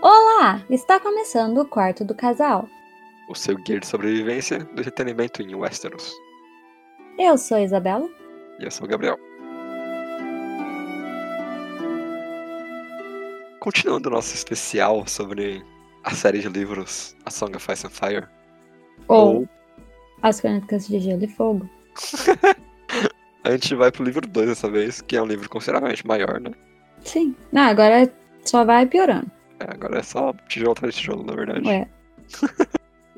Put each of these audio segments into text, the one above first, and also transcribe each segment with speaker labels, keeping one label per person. Speaker 1: Olá, está começando o quarto do casal.
Speaker 2: o seu guia de sobrevivência do entretenimento em Westeros.
Speaker 1: Eu sou a Isabela.
Speaker 2: E eu sou o Gabriel. Continuando o nosso especial sobre a série de livros A Song of Ice and Fire,
Speaker 1: Ou As Crônicas de Gelo e Fogo.
Speaker 2: a gente vai pro livro 2 dessa vez, que é um livro consideravelmente maior, né?
Speaker 1: Sim. Não, agora só vai piorando.
Speaker 2: É, agora é só tijolo atrás de tijolo, na verdade.
Speaker 1: Ué.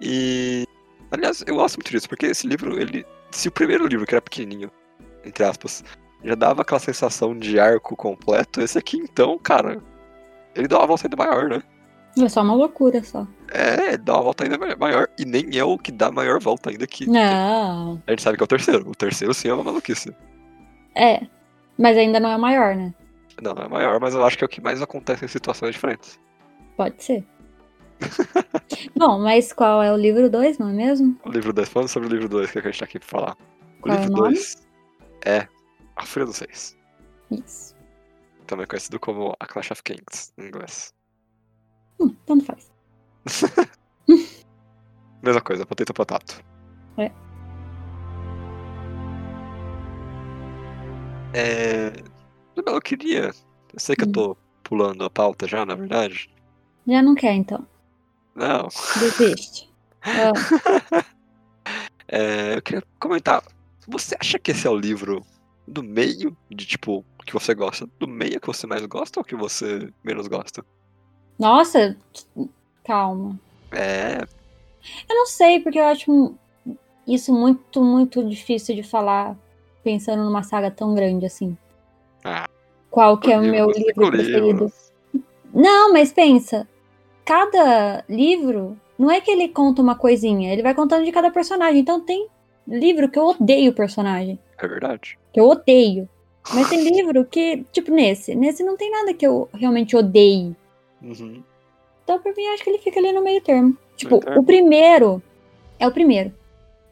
Speaker 2: E. Aliás, eu gosto muito disso, porque esse livro, ele. Se o primeiro livro, que era pequenininho, entre aspas, já dava aquela sensação de arco completo, esse aqui então, cara. Ele dá uma volta ainda maior, né?
Speaker 1: É só uma loucura só.
Speaker 2: É, dá uma volta ainda mai- maior. E nem é o que dá a maior volta ainda que.
Speaker 1: É. Não.
Speaker 2: A gente sabe que é o terceiro. O terceiro sim é uma maluquice.
Speaker 1: É. Mas ainda não é o maior, né?
Speaker 2: Não, não é maior, mas eu acho que é o que mais acontece em situações diferentes.
Speaker 1: Pode ser. Bom, mas qual é o livro 2, não é mesmo?
Speaker 2: O livro 2, falando sobre o livro 2, que, é o que a gente tá aqui pra falar. O
Speaker 1: Qual é o
Speaker 2: livro
Speaker 1: nome?
Speaker 2: 2 é A Fúria dos Seis.
Speaker 1: Isso.
Speaker 2: Também conhecido como A Clash of Kings, em inglês.
Speaker 1: Hum, tanto faz.
Speaker 2: Mesma coisa, potato potato.
Speaker 1: É.
Speaker 2: É. Isabela, Eu queria. Eu sei que eu
Speaker 1: Hum.
Speaker 2: tô pulando a pauta já, na verdade.
Speaker 1: Já não quer, então.
Speaker 2: Não.
Speaker 1: Desiste. Ah,
Speaker 2: É, eu queria comentar. Você acha que esse é o livro do meio de tipo que você gosta? Do meio que você mais gosta ou que você menos gosta?
Speaker 1: nossa, calma.
Speaker 2: É.
Speaker 1: Eu não sei, porque eu acho um- isso muito, muito difícil de falar pensando numa saga tão grande assim.
Speaker 2: Ah.
Speaker 1: Qual que é o
Speaker 2: livro,
Speaker 1: meu
Speaker 2: cinco
Speaker 1: livro preferido?
Speaker 2: livros.
Speaker 1: Não, mas pensa. Cada livro, não é que ele conta uma coisinha, ele vai contando de cada personagem. Então tem livro que eu odeio o personagem,
Speaker 2: É verdade.
Speaker 1: que eu odeio. Mas tem livro que, tipo nesse, nesse não tem nada que eu realmente odeie.
Speaker 2: Uhum.
Speaker 1: Então, pra mim, acho que ele fica ali no meio termo. Tipo,
Speaker 2: termo.
Speaker 1: o primeiro é o primeiro.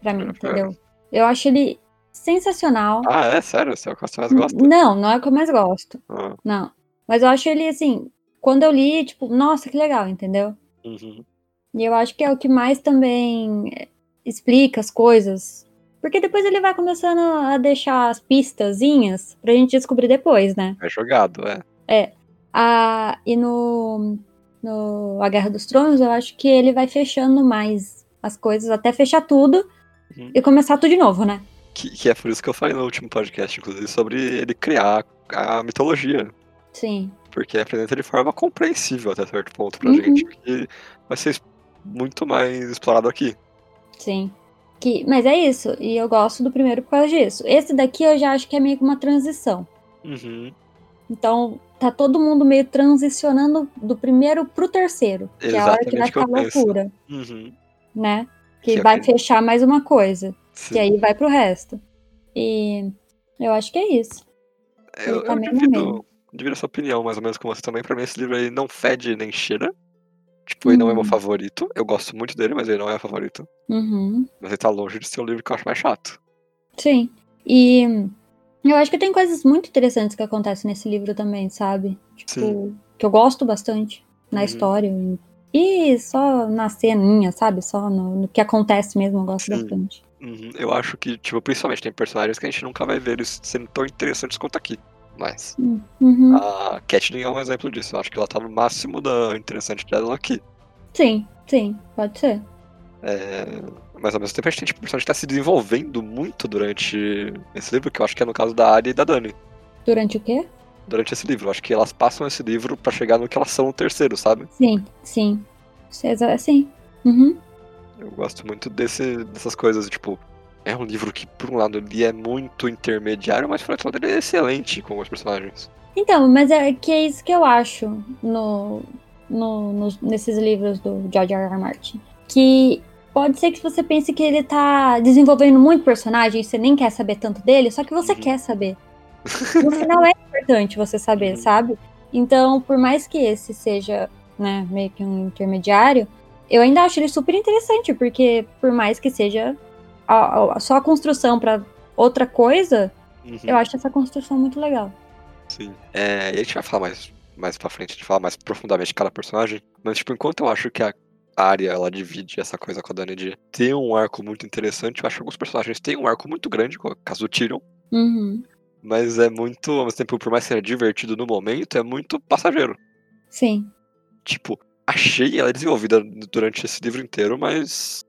Speaker 1: Pra mim,
Speaker 2: É,
Speaker 1: entendeu? Eu acho ele sensacional.
Speaker 2: Ah, é sério? Esse é o que você mais gosta?
Speaker 1: Não, não é o que eu mais gosto.
Speaker 2: Ah,
Speaker 1: Não. Mas eu acho ele assim. Quando eu li, tipo, nossa, que legal, entendeu?
Speaker 2: uhum.
Speaker 1: E eu acho que é o que mais também é, explica as coisas. Porque depois ele vai começando a deixar as pistazinhas pra gente descobrir depois, né?
Speaker 2: É jogado, é.
Speaker 1: Ah, e no, no A Guerra dos Tronos, eu acho que ele vai fechando mais as coisas, até fechar tudo
Speaker 2: Uhum.
Speaker 1: e começar tudo de novo, né?
Speaker 2: Que, que é por isso que eu falei no último podcast, inclusive, sobre ele criar a mitologia.
Speaker 1: Sim.
Speaker 2: Porque apresenta de forma compreensível até certo ponto pra
Speaker 1: Uhum.
Speaker 2: gente, que vai ser es- muito mais explorado aqui.
Speaker 1: Sim. Que, mas é isso, e eu gosto do primeiro por causa disso. Esse daqui eu já acho que é meio que uma transição.
Speaker 2: Uhum,
Speaker 1: Então, tá todo mundo meio transicionando do primeiro pro terceiro, que é a hora que vai
Speaker 2: Exatamente o que eu
Speaker 1: ficar
Speaker 2: penso.
Speaker 1: loucura,
Speaker 2: Uhum.
Speaker 1: né? Que,
Speaker 2: Que é
Speaker 1: vai
Speaker 2: que-
Speaker 1: fechar mais uma coisa,
Speaker 2: Sim.
Speaker 1: que aí vai pro resto. E eu acho que é isso. ele
Speaker 2: eu,
Speaker 1: tá
Speaker 2: eu
Speaker 1: meio no
Speaker 2: divido,
Speaker 1: meio.
Speaker 2: divido a sua opinião, mais ou menos, com você também. Pra mim, esse livro aí não fede nem cheira. Tipo, ele não é meu
Speaker 1: Hum.
Speaker 2: favorito. Eu gosto muito dele, mas ele não é meu favorito.
Speaker 1: Uhum.
Speaker 2: Mas ele tá longe de ser o livro que eu acho mais chato.
Speaker 1: Sim. E hum, eu acho que tem coisas muito interessantes que acontecem nesse livro também, sabe? Tipo,
Speaker 2: Sim.
Speaker 1: que eu gosto bastante na
Speaker 2: Uhum.
Speaker 1: história. e- E só na ceninha, sabe? Só no, no que acontece mesmo, eu gosto
Speaker 2: Sim.
Speaker 1: bastante.
Speaker 2: Uhum, Eu acho que, tipo, principalmente tem personagens que a gente nunca vai ver eles sendo tão interessantes quanto aqui. Mas
Speaker 1: Uhum.
Speaker 2: a Catelyn é um exemplo disso. Eu acho que ela tá no máximo da interessante dela aqui.
Speaker 1: Sim, sim, pode ser.
Speaker 2: É, Mas ao mesmo tempo a gente tem tipo, personagem que tá se desenvolvendo muito durante esse livro, que eu acho que é no caso da Arya e da Dani.
Speaker 1: Durante o quê?
Speaker 2: Durante esse livro. Eu acho que elas passam esse livro pra chegar no que elas são no terceiro, sabe?
Speaker 1: Sim, sim. César, sim. Uhum.
Speaker 2: Eu gosto muito desse, dessas coisas, tipo. É um livro que, por um lado, ele é muito intermediário, mas por outro lado, ele é excelente com os personagens.
Speaker 1: Então, mas é que é isso que eu acho no, no- nos- nesses livros do George R. R. Martin. Que pode ser que você pense que ele tá desenvolvendo muito personagem e você nem quer saber tanto dele, só que você
Speaker 2: Uhum.
Speaker 1: quer saber. No final é importante você saber,
Speaker 2: Uhum.
Speaker 1: sabe? Então, por mais que esse seja né, meio que um intermediário, eu ainda acho ele super interessante, porque por mais que seja a- a- só a construção pra outra coisa,
Speaker 2: Uhum.
Speaker 1: eu acho essa construção muito legal.
Speaker 2: Sim. É, e a gente vai falar mais, mais pra frente, de falar mais profundamente de cada personagem. Mas, tipo, enquanto eu acho que a área ela divide essa coisa com a Dani de ter um arco muito interessante, eu acho que alguns personagens têm um arco muito grande, como é o caso do Tyrion.
Speaker 1: Uhum.
Speaker 2: Mas é muito, ao mesmo tempo, por mais que seja divertido no momento, é muito passageiro.
Speaker 1: Sim.
Speaker 2: Tipo, achei ela desenvolvida durante esse livro inteiro, mas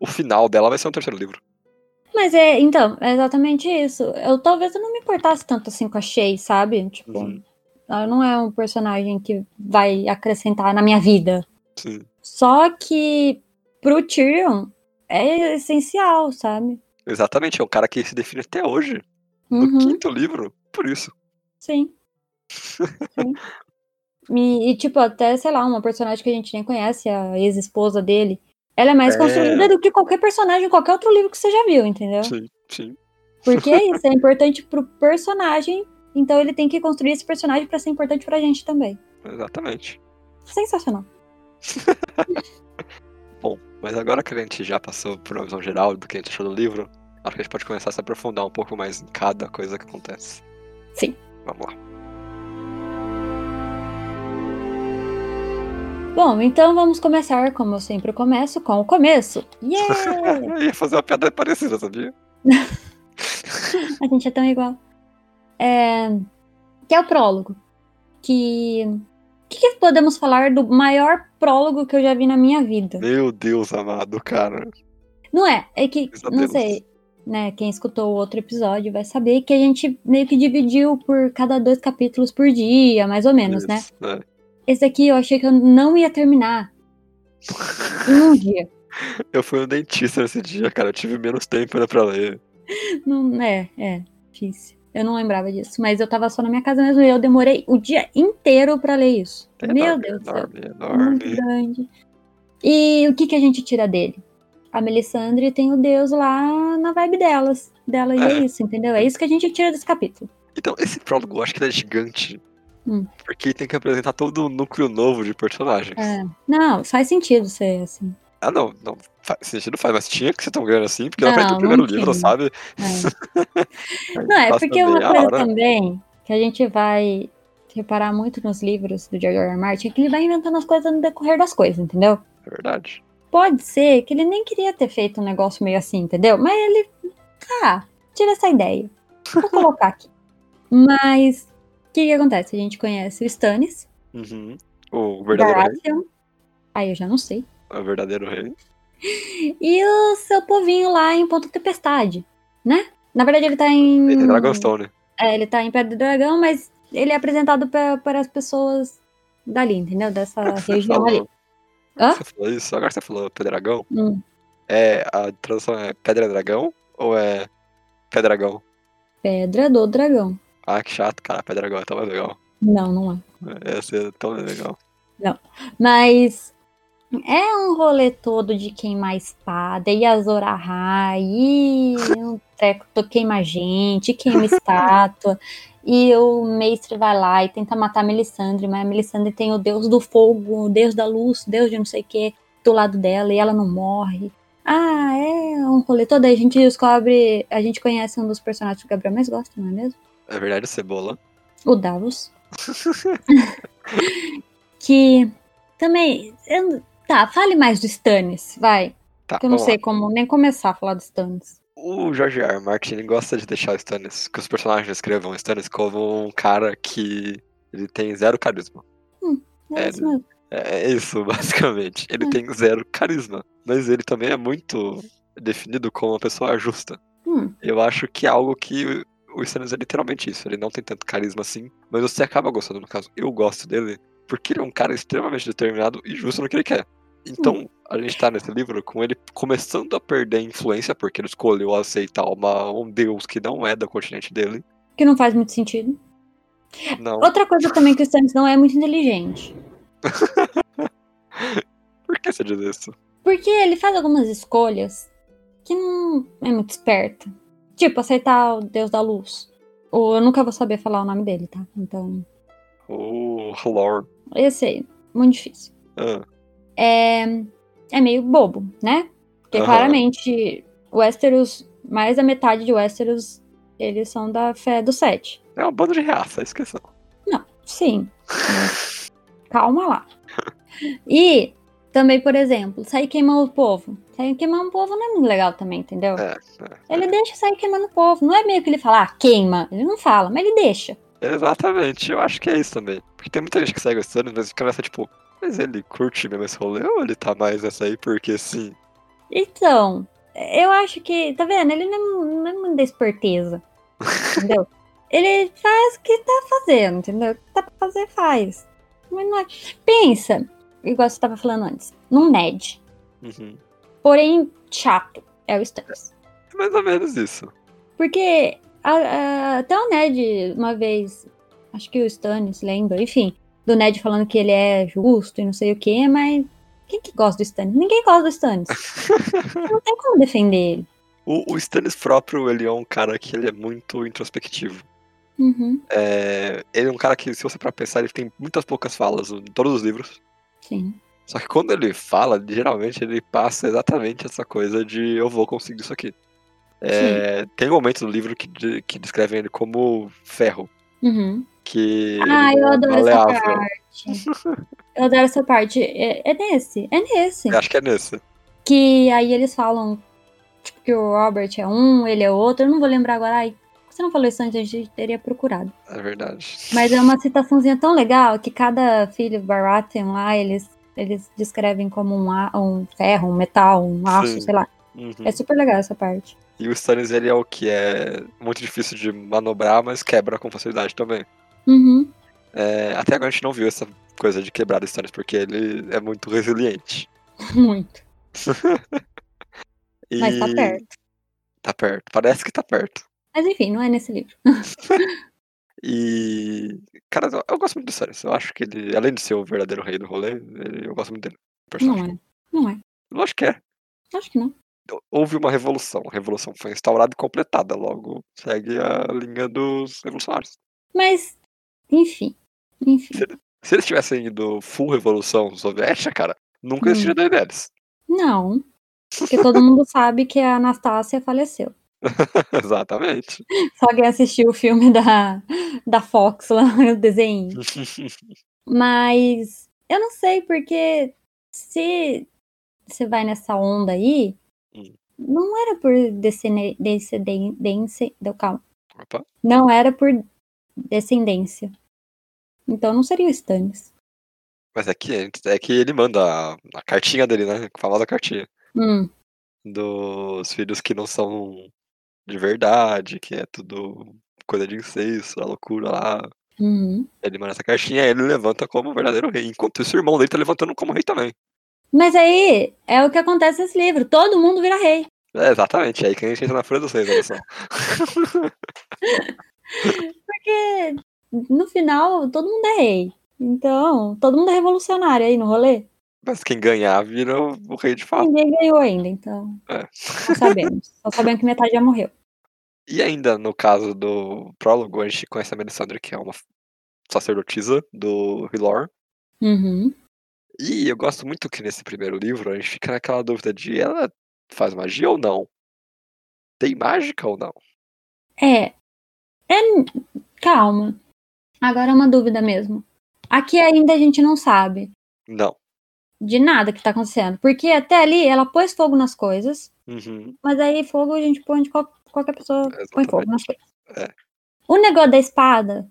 Speaker 2: o final dela vai ser um terceiro livro.
Speaker 1: Mas é, então, é exatamente isso. Eu talvez eu não me importasse tanto assim com a Shay, sabe? Tipo,
Speaker 2: Sim.
Speaker 1: ela não é um personagem que vai acrescentar na minha vida.
Speaker 2: Sim.
Speaker 1: Só que pro Tyrion é essencial, sabe?
Speaker 2: Exatamente, é um cara que se define até hoje, no
Speaker 1: Uhum,
Speaker 2: quinto livro, por isso.
Speaker 1: sim. Sim. E, e, tipo, até, sei lá, uma personagem que a gente nem conhece, a ex-esposa dele, ela é mais
Speaker 2: É.
Speaker 1: construída do que qualquer personagem em qualquer outro livro que você já viu, entendeu?
Speaker 2: Sim, sim.
Speaker 1: Porque é isso é importante pro personagem, então ele tem que construir esse personagem pra ser importante pra gente também.
Speaker 2: Exatamente.
Speaker 1: Sensacional.
Speaker 2: Mas agora que a gente já passou por uma visão geral do que a gente achou do livro, acho que a gente pode começar a se aprofundar um pouco mais em cada coisa que acontece.
Speaker 1: Sim.
Speaker 2: Vamos lá.
Speaker 1: Bom, então vamos começar, como eu sempre começo, com o começo. Yeah!
Speaker 2: Eu ia fazer uma piada parecida, sabia?
Speaker 1: A gente é tão igual. É, que é o prólogo. Que. O que, que podemos falar do maior prólogo que eu já vi na minha vida?
Speaker 2: Meu Deus amado, cara.
Speaker 1: Não é? É que.
Speaker 2: Graças a
Speaker 1: Não
Speaker 2: Deus.
Speaker 1: sei. Né, quem escutou o outro episódio vai saber que a gente meio que dividiu por cada dois capítulos por dia, mais ou menos, né?
Speaker 2: Isso, né?
Speaker 1: Esse aqui eu achei que eu não ia terminar em um dia.
Speaker 2: Eu fui no dentista nesse dia, cara. Eu tive menos tempo ainda pra ler.
Speaker 1: Não, é, é, difícil. Eu não lembrava disso, mas eu tava só na minha casa mesmo e eu demorei o dia inteiro pra ler isso.
Speaker 2: É
Speaker 1: Meu
Speaker 2: enorme,
Speaker 1: Deus do céu. Hum.
Speaker 2: enorme,
Speaker 1: muito
Speaker 2: enorme.
Speaker 1: grande. E o que, que a gente tira dele? A Melisandre tem o Deus lá na vibe delas, dela, e é
Speaker 2: É.
Speaker 1: isso, entendeu? É isso que a gente tira desse capítulo.
Speaker 2: Então, esse prólogo eu acho que ele é gigante.
Speaker 1: Hum.
Speaker 2: Porque tem que apresentar todo um núcleo novo de personagens.
Speaker 1: É. Não, faz sentido ser assim.
Speaker 2: Ah, não, não. Faz sentido faz, mas tinha que ser tão grande assim, porque não, era pra ir
Speaker 1: Não,
Speaker 2: do primeiro
Speaker 1: não
Speaker 2: livro,
Speaker 1: tinha.
Speaker 2: sabe?
Speaker 1: é. Não, é
Speaker 2: Passa
Speaker 1: porque uma
Speaker 2: meia
Speaker 1: coisa
Speaker 2: hora.
Speaker 1: também que a gente vai reparar muito nos livros do George R. R. Martin é que ele vai inventando as coisas no decorrer das coisas, entendeu?
Speaker 2: É verdade.
Speaker 1: Pode ser que ele nem queria ter feito um negócio meio assim, entendeu? Mas ele. Ah, tive essa ideia. Vou colocar aqui. Mas o que, que acontece? A gente conhece o Stannis,
Speaker 2: Uhum. O verdadeiro rei.
Speaker 1: Baratheon. Aí eu já não sei.
Speaker 2: O verdadeiro rei.
Speaker 1: E o seu povinho lá em Ponta Tempestade, né? Na verdade, ele tá em.
Speaker 2: Ele é Dragonstone.
Speaker 1: É, ele tá em Pedra do Dragão, mas ele é apresentado pra- para as pessoas dali, entendeu? Dessa
Speaker 2: Você
Speaker 1: região ali.
Speaker 2: falou,
Speaker 1: Hã?
Speaker 2: você falou isso? Agora você falou Pedragão?
Speaker 1: Hum.
Speaker 2: É, a tradução é Pedra Dragão ou é Pedragão?
Speaker 1: Pedra do Dragão.
Speaker 2: Ah, que chato, cara. Pedragão é tão mais legal.
Speaker 1: Não, não é.
Speaker 2: Essa é tão mais legal.
Speaker 1: Mas é um rolê todo de queimar espada, e Azor Ahai, e um treco to queima gente, queima estátua. E o mestre vai lá e tenta matar a Melisandre, mas a Melisandre tem o deus do fogo, o deus da luz, o deus de não sei o que do lado dela e ela não morre. Ah, é um rolê todo. Aí a gente descobre, a gente conhece um dos personagens que o Gabriel mais gosta, não é mesmo?
Speaker 2: É verdade, cebola.
Speaker 1: O Davos. que também. eu- tá, fale mais do Stannis, vai.
Speaker 2: Tá,
Speaker 1: Que eu não
Speaker 2: vamos
Speaker 1: sei
Speaker 2: lá.
Speaker 1: como nem começar a falar do Stannis.
Speaker 2: O George R. R. Martin ele gosta de deixar o Stannis, que os personagens escrevam o Stannis como um cara que ele tem zero carisma.
Speaker 1: É
Speaker 2: É,
Speaker 1: isso mesmo.
Speaker 2: É isso, basicamente. Ele
Speaker 1: É.
Speaker 2: tem zero carisma, mas ele também é muito definido como uma pessoa justa.
Speaker 1: Hum,
Speaker 2: Eu acho que é algo que o- o Stannis é literalmente isso. Ele não tem tanto carisma assim, mas você acaba gostando, no caso. Eu gosto dele, porque ele é um cara extremamente determinado e justo no que ele quer. Então, a gente tá nesse livro com ele começando a perder influência, porque ele escolheu aceitar uma, um deus que não é do continente dele.
Speaker 1: que não faz muito sentido.
Speaker 2: Não,
Speaker 1: Outra coisa também que o Stannis não é muito inteligente.
Speaker 2: por que você diz isso?
Speaker 1: Porque ele faz algumas escolhas que não é muito esperta. Tipo, aceitar o Deus da Luz. Ou eu nunca vou saber falar o nome dele, tá? Então,
Speaker 2: O Lore.
Speaker 1: eu sei, muito difícil.
Speaker 2: Ah,
Speaker 1: é, é meio bobo, né? Porque
Speaker 2: Aham.
Speaker 1: claramente Westeros, mais da metade de Westeros, eles são da fé do Sete.
Speaker 2: é uma banda de raça, esqueçam.
Speaker 1: Sim, Calma lá. E também, por exemplo, sair queimando o povo. Sair queimando o povo não é muito legal também, entendeu?
Speaker 2: É, é,
Speaker 1: Ele deixa sair queimando o povo. Não é meio que ele fala, ah, queima. Ele não fala, mas ele deixa.
Speaker 2: Exatamente, eu acho que é isso também. Porque tem muita gente que sai gostando, mas fica nessa tipo, mas ele curte mesmo esse rolê ou ele tá mais nessa aí porque sim?
Speaker 1: Então, eu acho que, tá vendo? Ele não é, não é muita esperteza. entendeu? Ele faz o que tá fazendo, entendeu? O que tá pra fazer, faz. Mas não é. Pensa, igual você tava falando antes, num Ned.
Speaker 2: Uhum.
Speaker 1: Porém, chato. É o Stannis.
Speaker 2: É mais ou menos isso.
Speaker 1: Porque a- a- até o Ned, uma vez, acho que o Stannis lembra, enfim, do Ned falando que ele é justo e não sei o quê, mas quem que gosta do Stannis? Ninguém gosta do Stannis. não tem como defender ele.
Speaker 2: O, o Stannis próprio, ele é um cara que ele é muito introspectivo.
Speaker 1: Uhum,
Speaker 2: É, ele é um cara que, se você para pensar, ele tem muitas poucas falas em todos os livros.
Speaker 1: sim.
Speaker 2: Só que quando ele fala, geralmente ele passa exatamente essa coisa de eu vou conseguir isso aqui. É, tem momentos do livro que, de- que descrevem ele como ferro,
Speaker 1: Uhum.
Speaker 2: que
Speaker 1: Ah,
Speaker 2: ele
Speaker 1: eu
Speaker 2: é
Speaker 1: adoro essa
Speaker 2: maleável.
Speaker 1: parte. Eu adoro essa parte. É, é nesse, é nesse.
Speaker 2: Eu acho que é nesse.
Speaker 1: Que aí eles falam, tipo, que o Robert é um, ele é outro. Eu não vou lembrar agora. Ai, você não falou isso antes, a gente teria procurado.
Speaker 2: É verdade.
Speaker 1: Mas é uma citaçãozinha tão legal que cada filho Baratheon lá, eles, eles descrevem como um, a- um ferro, um metal, um aço,
Speaker 2: Sim.
Speaker 1: sei lá.
Speaker 2: Uhum.
Speaker 1: É super legal essa parte.
Speaker 2: E o Stannis, ele é o que é muito difícil de manobrar, mas quebra com facilidade também.
Speaker 1: Uhum.
Speaker 2: É, até agora a gente não viu essa coisa de quebrar do Stannis, porque ele é muito resiliente.
Speaker 1: Muito.
Speaker 2: E-
Speaker 1: Mas tá perto.
Speaker 2: Tá perto, parece que tá perto.
Speaker 1: Mas enfim, não é nesse livro.
Speaker 2: E. Cara, eu- eu gosto muito do Stannis. Eu acho que ele, além de ser o verdadeiro rei do rolê, ele- eu gosto muito dele.
Speaker 1: Não
Speaker 2: Personagem.
Speaker 1: é. Não é.
Speaker 2: Lógico que é.
Speaker 1: Acho que não.
Speaker 2: Houve uma revolução. A revolução foi instaurada e completada. Logo, segue a linha dos revolucionários.
Speaker 1: Mas, enfim. Enfim.
Speaker 2: Se eles tivessem ido full revolução soviética, cara, nunca
Speaker 1: Hum.
Speaker 2: existiria dois deles.
Speaker 1: Não. Porque todo mundo sabe que a Anastácia faleceu.
Speaker 2: Exatamente.
Speaker 1: Só quem assistiu o filme da, da Fox lá, o desenho. Mas eu não sei, porque se você vai nessa onda aí,
Speaker 2: Hum.
Speaker 1: não era por descende- descendência. Deu calma.
Speaker 2: Opa.
Speaker 1: Não era por descendência. Então não seria o Stannis.
Speaker 2: Mas é que, antes- é que ele manda a, a cartinha dele, né? A famosa cartinha.
Speaker 1: Hum,
Speaker 2: Dos filhos que não são de verdade, que é tudo coisa de incesto, a loucura lá.
Speaker 1: uhum.
Speaker 2: Ele manda essa cartinha e ele levanta como um verdadeiro rei. Enquanto isso, o irmão dele tá levantando como rei também.
Speaker 1: Mas aí é o que acontece nesse livro. Todo mundo vira rei.
Speaker 2: É, exatamente. É aí que a gente entra na folha dos reis, olha só.
Speaker 1: Porque no final todo mundo é rei. Então, todo mundo é revolucionário aí no rolê.
Speaker 2: Mas quem ganhar vira o, o rei de fato.
Speaker 1: Ninguém ganhou ainda, então.
Speaker 2: Ah. É.
Speaker 1: Não sabemos. Só sabemos que metade já morreu.
Speaker 2: E ainda no caso do prólogo, a gente conhece a Melisandre, que é uma sacerdotisa do Hilor.
Speaker 1: Uhum.
Speaker 2: E eu gosto muito que nesse primeiro livro a gente fica naquela dúvida de ela faz magia ou não? Tem mágica ou não?
Speaker 1: É. É. Calma. Agora é uma dúvida mesmo. Aqui ainda a gente não sabe
Speaker 2: Não.
Speaker 1: de nada que tá acontecendo. Porque até ali ela pôs fogo nas coisas.
Speaker 2: Uhum,
Speaker 1: Mas aí fogo a gente põe de qual- qualquer pessoa põe
Speaker 2: exatamente.
Speaker 1: fogo nas coisas.
Speaker 2: É.
Speaker 1: O negócio da espada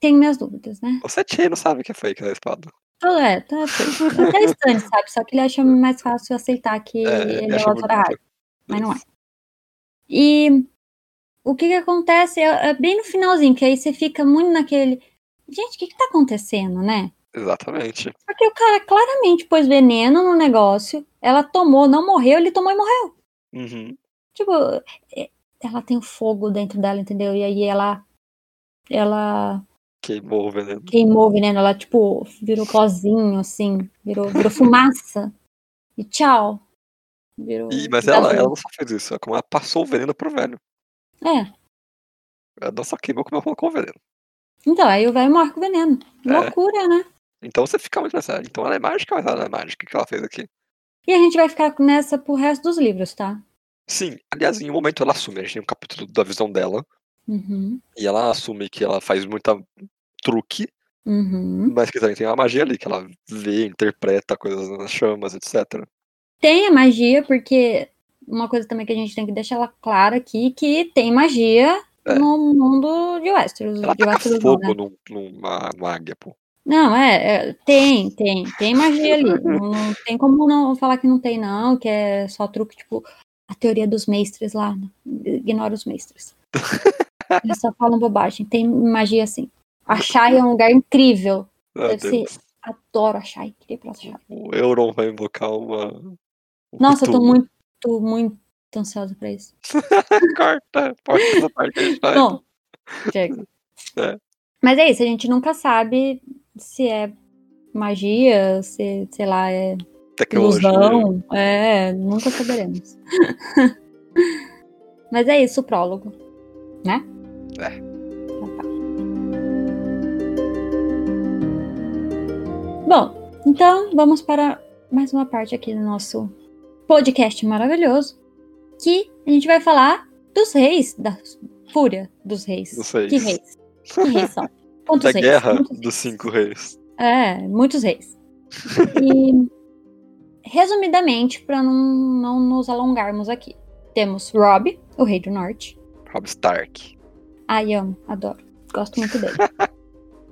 Speaker 1: tem minhas dúvidas, né?
Speaker 2: O Sete não sabe o que é fake da espada.
Speaker 1: Então, é, então, assim, até o Stanley sabe, só que ele acha mais fácil aceitar que ele é o
Speaker 2: acha
Speaker 1: autor da
Speaker 2: bonito.
Speaker 1: rádio, mas não é. E o que que acontece é, é bem no finalzinho, que aí você fica muito naquele, gente, o que que tá acontecendo, né?
Speaker 2: Exatamente.
Speaker 1: Porque o cara claramente pôs veneno no negócio, ela tomou, não morreu, ele tomou e morreu.
Speaker 2: Uhum.
Speaker 1: Tipo, é, ela tem fogo dentro dela, entendeu? E aí ela ela
Speaker 2: Queimou o veneno.
Speaker 1: queimou o veneno, ela tipo virou pozinho assim, virou, virou fumaça. E tchau. Virou.
Speaker 2: E- mas ela,
Speaker 1: gasolina.
Speaker 2: ela não só fez isso, é como ela passou o veneno pro velho.
Speaker 1: É.
Speaker 2: Ela não só queimou, como ela colocou o veneno.
Speaker 1: Então, aí o velho morre com veneno.
Speaker 2: É.
Speaker 1: Loucura, né?
Speaker 2: Então você fica muito nessa. Então ela é mágica, mas ela não é mágica. O que ela fez aqui?
Speaker 1: E a gente vai ficar nessa pro resto dos livros, tá?
Speaker 2: Sim, aliás, em um momento ela assume, a gente tem um capítulo da visão dela,
Speaker 1: Uhum.
Speaker 2: e ela assume que ela faz muita truque,
Speaker 1: Uhum.
Speaker 2: Mas que também tem uma magia ali, que ela vê, interpreta coisas nas chamas, etc.
Speaker 1: Tem a magia, porque uma coisa também que a gente tem que deixar ela clara aqui, que tem magia
Speaker 2: É.
Speaker 1: no mundo de Westeros.
Speaker 2: Ela
Speaker 1: de
Speaker 2: taca
Speaker 1: Westeros não, né?
Speaker 2: fogo num, numa, numa águia, pô.
Speaker 1: Não, é, é, tem, tem, tem magia ali. Não, não tem como não falar que não tem, não, que é só truque, tipo, a teoria dos mestres lá. né? Ignora os mestres. Eles só falam bobagem. Tem magia assim. A Shai é um lugar incrível.
Speaker 2: Meu
Speaker 1: Deve
Speaker 2: Deus.
Speaker 1: ser- Adoro a Shai. Queria ir pra Shai.
Speaker 2: O Euron vai invocar uma. um
Speaker 1: Nossa, eu tô
Speaker 2: Cthulhu.
Speaker 1: muito, muito ansiosa pra isso.
Speaker 2: Corta, corta essa parte aí, vai.
Speaker 1: Bom, chega.
Speaker 2: É.
Speaker 1: Mas é isso, a gente nunca sabe se é magia, se, sei lá, é
Speaker 2: Tecnologia.
Speaker 1: Ilusão, é, nunca saberemos. Mas é isso, o prólogo. Né?
Speaker 2: É.
Speaker 1: Então tá. Bom, então vamos para mais uma parte aqui do nosso podcast maravilhoso. Que a gente vai falar dos reis, da fúria dos reis.
Speaker 2: Dos reis.
Speaker 1: Que reis? Que reis são? Quantos
Speaker 2: Da
Speaker 1: reis?
Speaker 2: guerra
Speaker 1: Quantos
Speaker 2: dos cinco reis.
Speaker 1: é, muitos reis. E, resumidamente, para não, não nos alongarmos aqui, temos Rob, o rei do norte.
Speaker 2: Rob Stark.
Speaker 1: Ai, amo, adoro, gosto muito dele.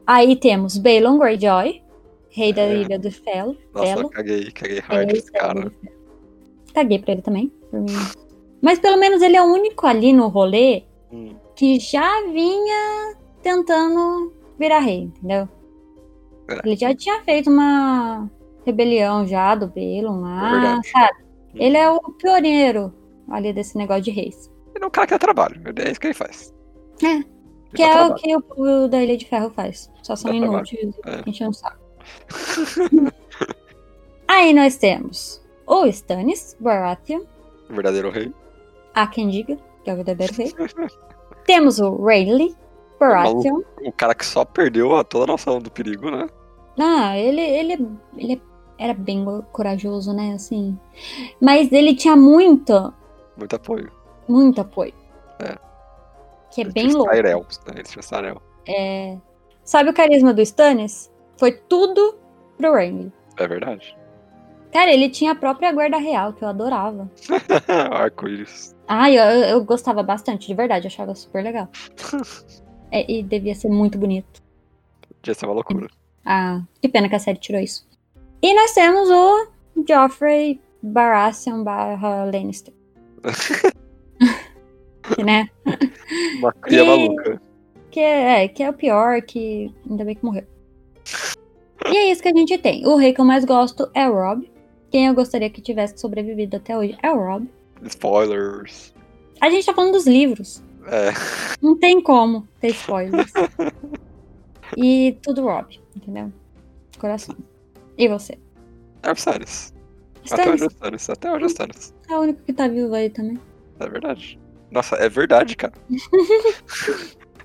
Speaker 1: Aí temos Balon Greyjoy, rei da
Speaker 2: É.
Speaker 1: Ilha do Fel.
Speaker 2: Nossa,
Speaker 1: Belo.
Speaker 2: eu caguei, caguei hard
Speaker 1: Rei
Speaker 2: esse cara.
Speaker 1: da Ilha do Fel. Caguei pra ele também. por mim. Mas pelo menos ele é o único ali no rolê
Speaker 2: Hum,
Speaker 1: que já vinha tentando virar rei, entendeu?
Speaker 2: É.
Speaker 1: Ele já tinha feito uma rebelião já do Belon
Speaker 2: É
Speaker 1: lá,
Speaker 2: verdade.
Speaker 1: sabe?
Speaker 2: hum.
Speaker 1: Ele é o pioneiro ali desse negócio de reis.
Speaker 2: Ele é um cara que dá trabalho. É isso que ele faz.
Speaker 1: É.
Speaker 2: Ele
Speaker 1: Que
Speaker 2: dá
Speaker 1: é
Speaker 2: trabalho.
Speaker 1: o que o povo da Ilha de Ferro faz. Só são
Speaker 2: Dá trabalho.
Speaker 1: inúteis
Speaker 2: É.
Speaker 1: e enchendo o saco. Aí nós temos o Stannis Baratheon,
Speaker 2: O verdadeiro rei.
Speaker 1: há quem diga, que é o verdadeiro rei. temos o
Speaker 2: É
Speaker 1: Rayleigh Baratheon.
Speaker 2: O cara que só perdeu a, toda a noção do perigo, né?
Speaker 1: Ah, ele, ele, ele era bem corajoso, né? Assim. Mas ele tinha muito,
Speaker 2: Muito apoio.
Speaker 1: muito apoio.
Speaker 2: É.
Speaker 1: Que é
Speaker 2: Ele
Speaker 1: bem
Speaker 2: tinha os
Speaker 1: louco.
Speaker 2: Tyrells, né? Ele tinha os Tyrell.
Speaker 1: É... Sabe o carisma do Stannis? Foi tudo pro Renly.
Speaker 2: É verdade.
Speaker 1: Cara, ele tinha a própria guarda real, que eu adorava.
Speaker 2: Arco-íris.
Speaker 1: Ai, eu, eu gostava bastante, de verdade, eu achava super legal. É, e devia ser muito bonito.
Speaker 2: Tinha ser uma loucura.
Speaker 1: Ah, que pena que a série tirou isso. E nós temos o Joffrey Baratheon barra Lannister. Que, né?
Speaker 2: Uma cria
Speaker 1: E-
Speaker 2: maluca.
Speaker 1: Que é, que é o pior, que ainda bem que morreu. E é isso que a gente tem. O rei que eu mais gosto é o Rob. Quem eu gostaria que tivesse sobrevivido até hoje é o Rob.
Speaker 2: Spoilers.
Speaker 1: A gente tá falando dos livros.
Speaker 2: É.
Speaker 1: Não tem como ter spoilers. e tudo Rob, entendeu? Coração. E você?
Speaker 2: É o Stannis. Até
Speaker 1: Stannis
Speaker 2: hoje é o Stannis. Até hoje é o Stannis.
Speaker 1: é o único que tá vivo aí também.
Speaker 2: É verdade. Nossa, é verdade, cara.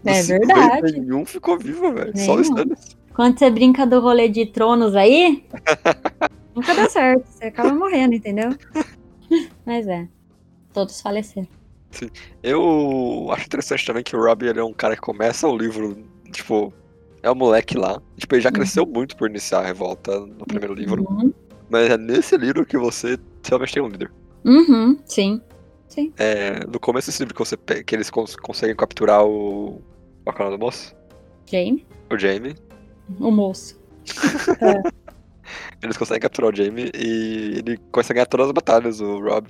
Speaker 1: É
Speaker 2: Dos cinco
Speaker 1: verdade.
Speaker 2: reis, Nenhum um ficou vivo, velho. Só o
Speaker 1: Nenhum.
Speaker 2: Stannis.
Speaker 1: Quando você brinca do rolê de tronos aí, nunca dá certo. Você acaba morrendo, entendeu? Mas é. Todos faleceram.
Speaker 2: Eu acho interessante também que o Robbie ele é um cara que começa o livro, tipo, é um moleque lá. Tipo, ele já
Speaker 1: Uhum.
Speaker 2: cresceu muito por iniciar a revolta no primeiro livro.
Speaker 1: Uhum.
Speaker 2: Mas é nesse livro que você realmente tem um líder.
Speaker 1: Uhum, sim.
Speaker 2: É, no começo desse livro que, você, pe- que eles cons- conseguem capturar o. Qual que é o nome do moço?
Speaker 1: Jamie,
Speaker 2: O Jamie.
Speaker 1: o moço.
Speaker 2: Eles conseguem capturar o Jamie e ele consegue ganhar todas as batalhas, o Rob.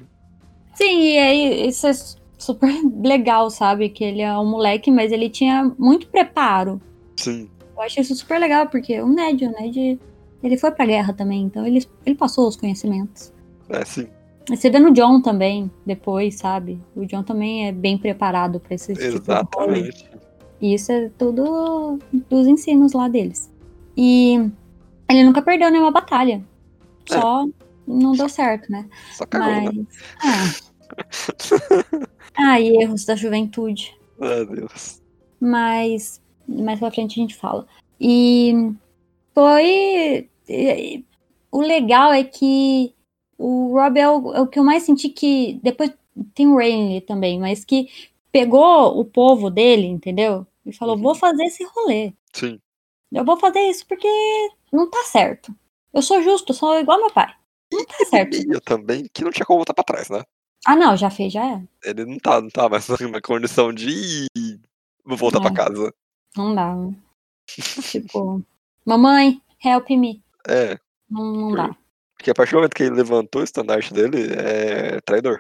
Speaker 1: Sim, e aí isso é su- super legal, sabe? Que ele é um moleque, mas ele tinha muito preparo.
Speaker 2: Sim.
Speaker 1: Eu acho isso super legal, porque o Ned, o Ned, ele foi pra guerra também, então ele, ele passou os conhecimentos.
Speaker 2: É, sim.
Speaker 1: E Você vê no John também, depois, sabe? O John também é bem preparado pra esse tipo de rolê.
Speaker 2: Exatamente.
Speaker 1: E isso é tudo dos ensinos lá deles. E ele nunca perdeu nenhuma batalha.
Speaker 2: É.
Speaker 1: Só não deu certo, né?
Speaker 2: Só cagou, né?
Speaker 1: Mas. Ah. ah, e erros da juventude.
Speaker 2: Meu Ah, Deus.
Speaker 1: Mas mais pra frente a gente fala. E foi. e- O legal é que o Rob é o, é o que eu mais senti que. Depois tem o Rainley também, mas que pegou o povo dele, entendeu? E falou:
Speaker 2: Uhum.
Speaker 1: vou fazer esse rolê.
Speaker 2: Sim.
Speaker 1: Eu vou fazer isso porque não tá certo. Eu sou justo, sou igual meu pai. Não tá certo.
Speaker 2: E eu também, que não tinha como voltar pra trás, né?
Speaker 1: Ah, não, já fez, já é.
Speaker 2: Ele não tá, não tá mais na condição de. "Ih, Vou voltar
Speaker 1: É.
Speaker 2: pra casa.
Speaker 1: Não dá. tipo, mamãe, help me.
Speaker 2: É,
Speaker 1: Não, não dá.
Speaker 2: porque a partir do momento que ele levantou o estandarte dele, é traidor.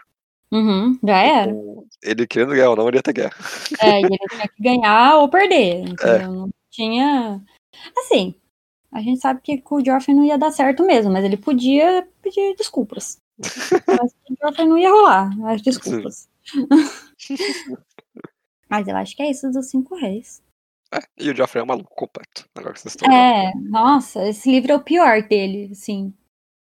Speaker 1: Uhum, já é.
Speaker 2: Então, ele querendo guerra ou não, ele ia ter guerra.
Speaker 1: É, e ele tinha que ganhar ou perder.
Speaker 2: É.
Speaker 1: Entendeu? Não tinha. Assim, a gente sabe que com o Joffrey não ia dar certo mesmo, mas ele podia pedir desculpas. Mas com o Joffrey não ia rolar as desculpas. mas eu acho que é isso dos cinco reis.
Speaker 2: É, e o Joffrey é um maluco completo. Agora que vocês estão
Speaker 1: É, nossa, esse livro é o pior dele, assim.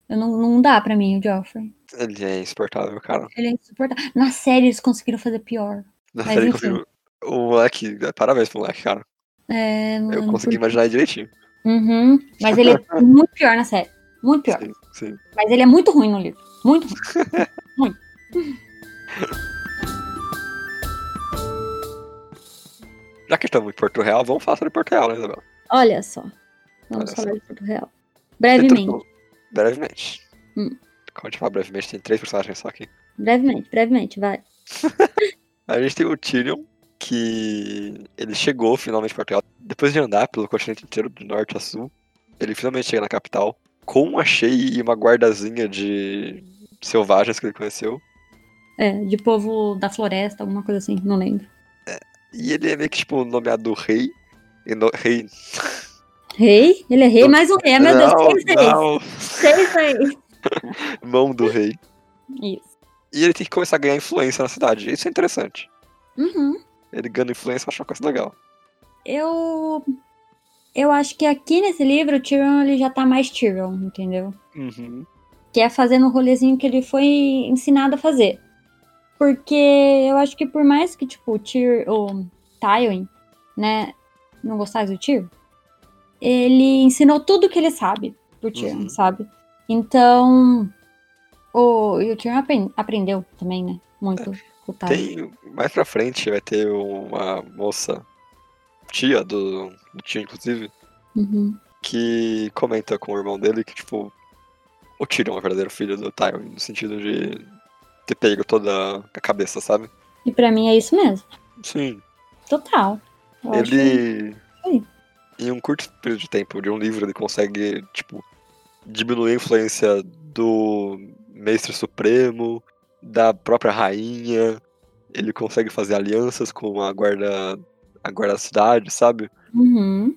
Speaker 1: Eu não, não dá pra mim o Joffrey.
Speaker 2: vendo. Ele é insuportável, cara.
Speaker 1: Ele é insuportável. Na série eles conseguiram fazer pior.
Speaker 2: Na
Speaker 1: Mas
Speaker 2: série
Speaker 1: enfim.
Speaker 2: conseguiu. O moleque, é, parabéns pro moleque, cara.
Speaker 1: É, não
Speaker 2: Eu
Speaker 1: lembro
Speaker 2: consegui
Speaker 1: por-
Speaker 2: imaginar ele direitinho.
Speaker 1: Uhum, mas ele é muito pior na série. Muito pior.
Speaker 2: Sim, sim.
Speaker 1: Mas ele é muito ruim no livro. Muito ruim. muito.
Speaker 2: Já que estamos em Porto Real, vamos falar sobre Porto Real, né, Isabel?
Speaker 1: Olha só. Vamos
Speaker 2: Olha
Speaker 1: falar
Speaker 2: só.
Speaker 1: de Porto Real. Brevemente.
Speaker 2: Então, brevemente.
Speaker 1: Hum.
Speaker 2: Quando a gente fala brevemente, tem três personagens só aqui.
Speaker 1: Brevemente, brevemente, vai.
Speaker 2: A gente tem o Tyrion, que ele chegou finalmente em Portugal. Depois de andar pelo continente inteiro, do norte a sul, ele finalmente chega na capital, com uma Shea e uma guardazinha de selvagens que ele conheceu.
Speaker 1: É, de povo da floresta, alguma coisa assim, não lembro.
Speaker 2: E ele é meio que, tipo, nomeado rei. E no- Rei.
Speaker 1: Rei? Ele é rei, mais um rei. Meu Deus, seis reis.
Speaker 2: não,
Speaker 1: Seis reis.
Speaker 2: mão do rei.
Speaker 1: Isso.
Speaker 2: E ele tem que começar a ganhar influência na cidade. Isso é interessante.
Speaker 1: Uhum.
Speaker 2: Ele ganha influência, eu acho uma coisa legal.
Speaker 1: Eu. Eu acho que aqui nesse livro o Tyrion ele já tá mais Tyrion, entendeu?
Speaker 2: Uhum.
Speaker 1: que é fazendo o rolezinho que ele foi ensinado a fazer. Porque eu acho que por mais que, tipo, o Tyr, o Tywin, né, não gostasse do Tyr, ele ensinou tudo que ele sabe pro Tyrion,
Speaker 2: Uhum.
Speaker 1: sabe? Então, o, e o Tyrion apren- aprendeu também, né, muito com o Tywin.
Speaker 2: É, Tem, mais pra frente vai ter uma moça, tia do, do tio, inclusive,
Speaker 1: Uhum.
Speaker 2: que comenta com o irmão dele que, tipo, o Tyrion é o verdadeiro filho do Tywin, no sentido de ter pego toda a cabeça, sabe?
Speaker 1: E pra mim é isso mesmo,
Speaker 2: Sim.
Speaker 1: total. Eu acho que- é
Speaker 2: Ele,
Speaker 1: Sim.
Speaker 2: em um curto período de tempo, de um livro, ele consegue, tipo, diminuir a influência do Mestre Supremo, da própria rainha, ele consegue fazer alianças com a guarda, a guarda da cidade, sabe?
Speaker 1: Uhum.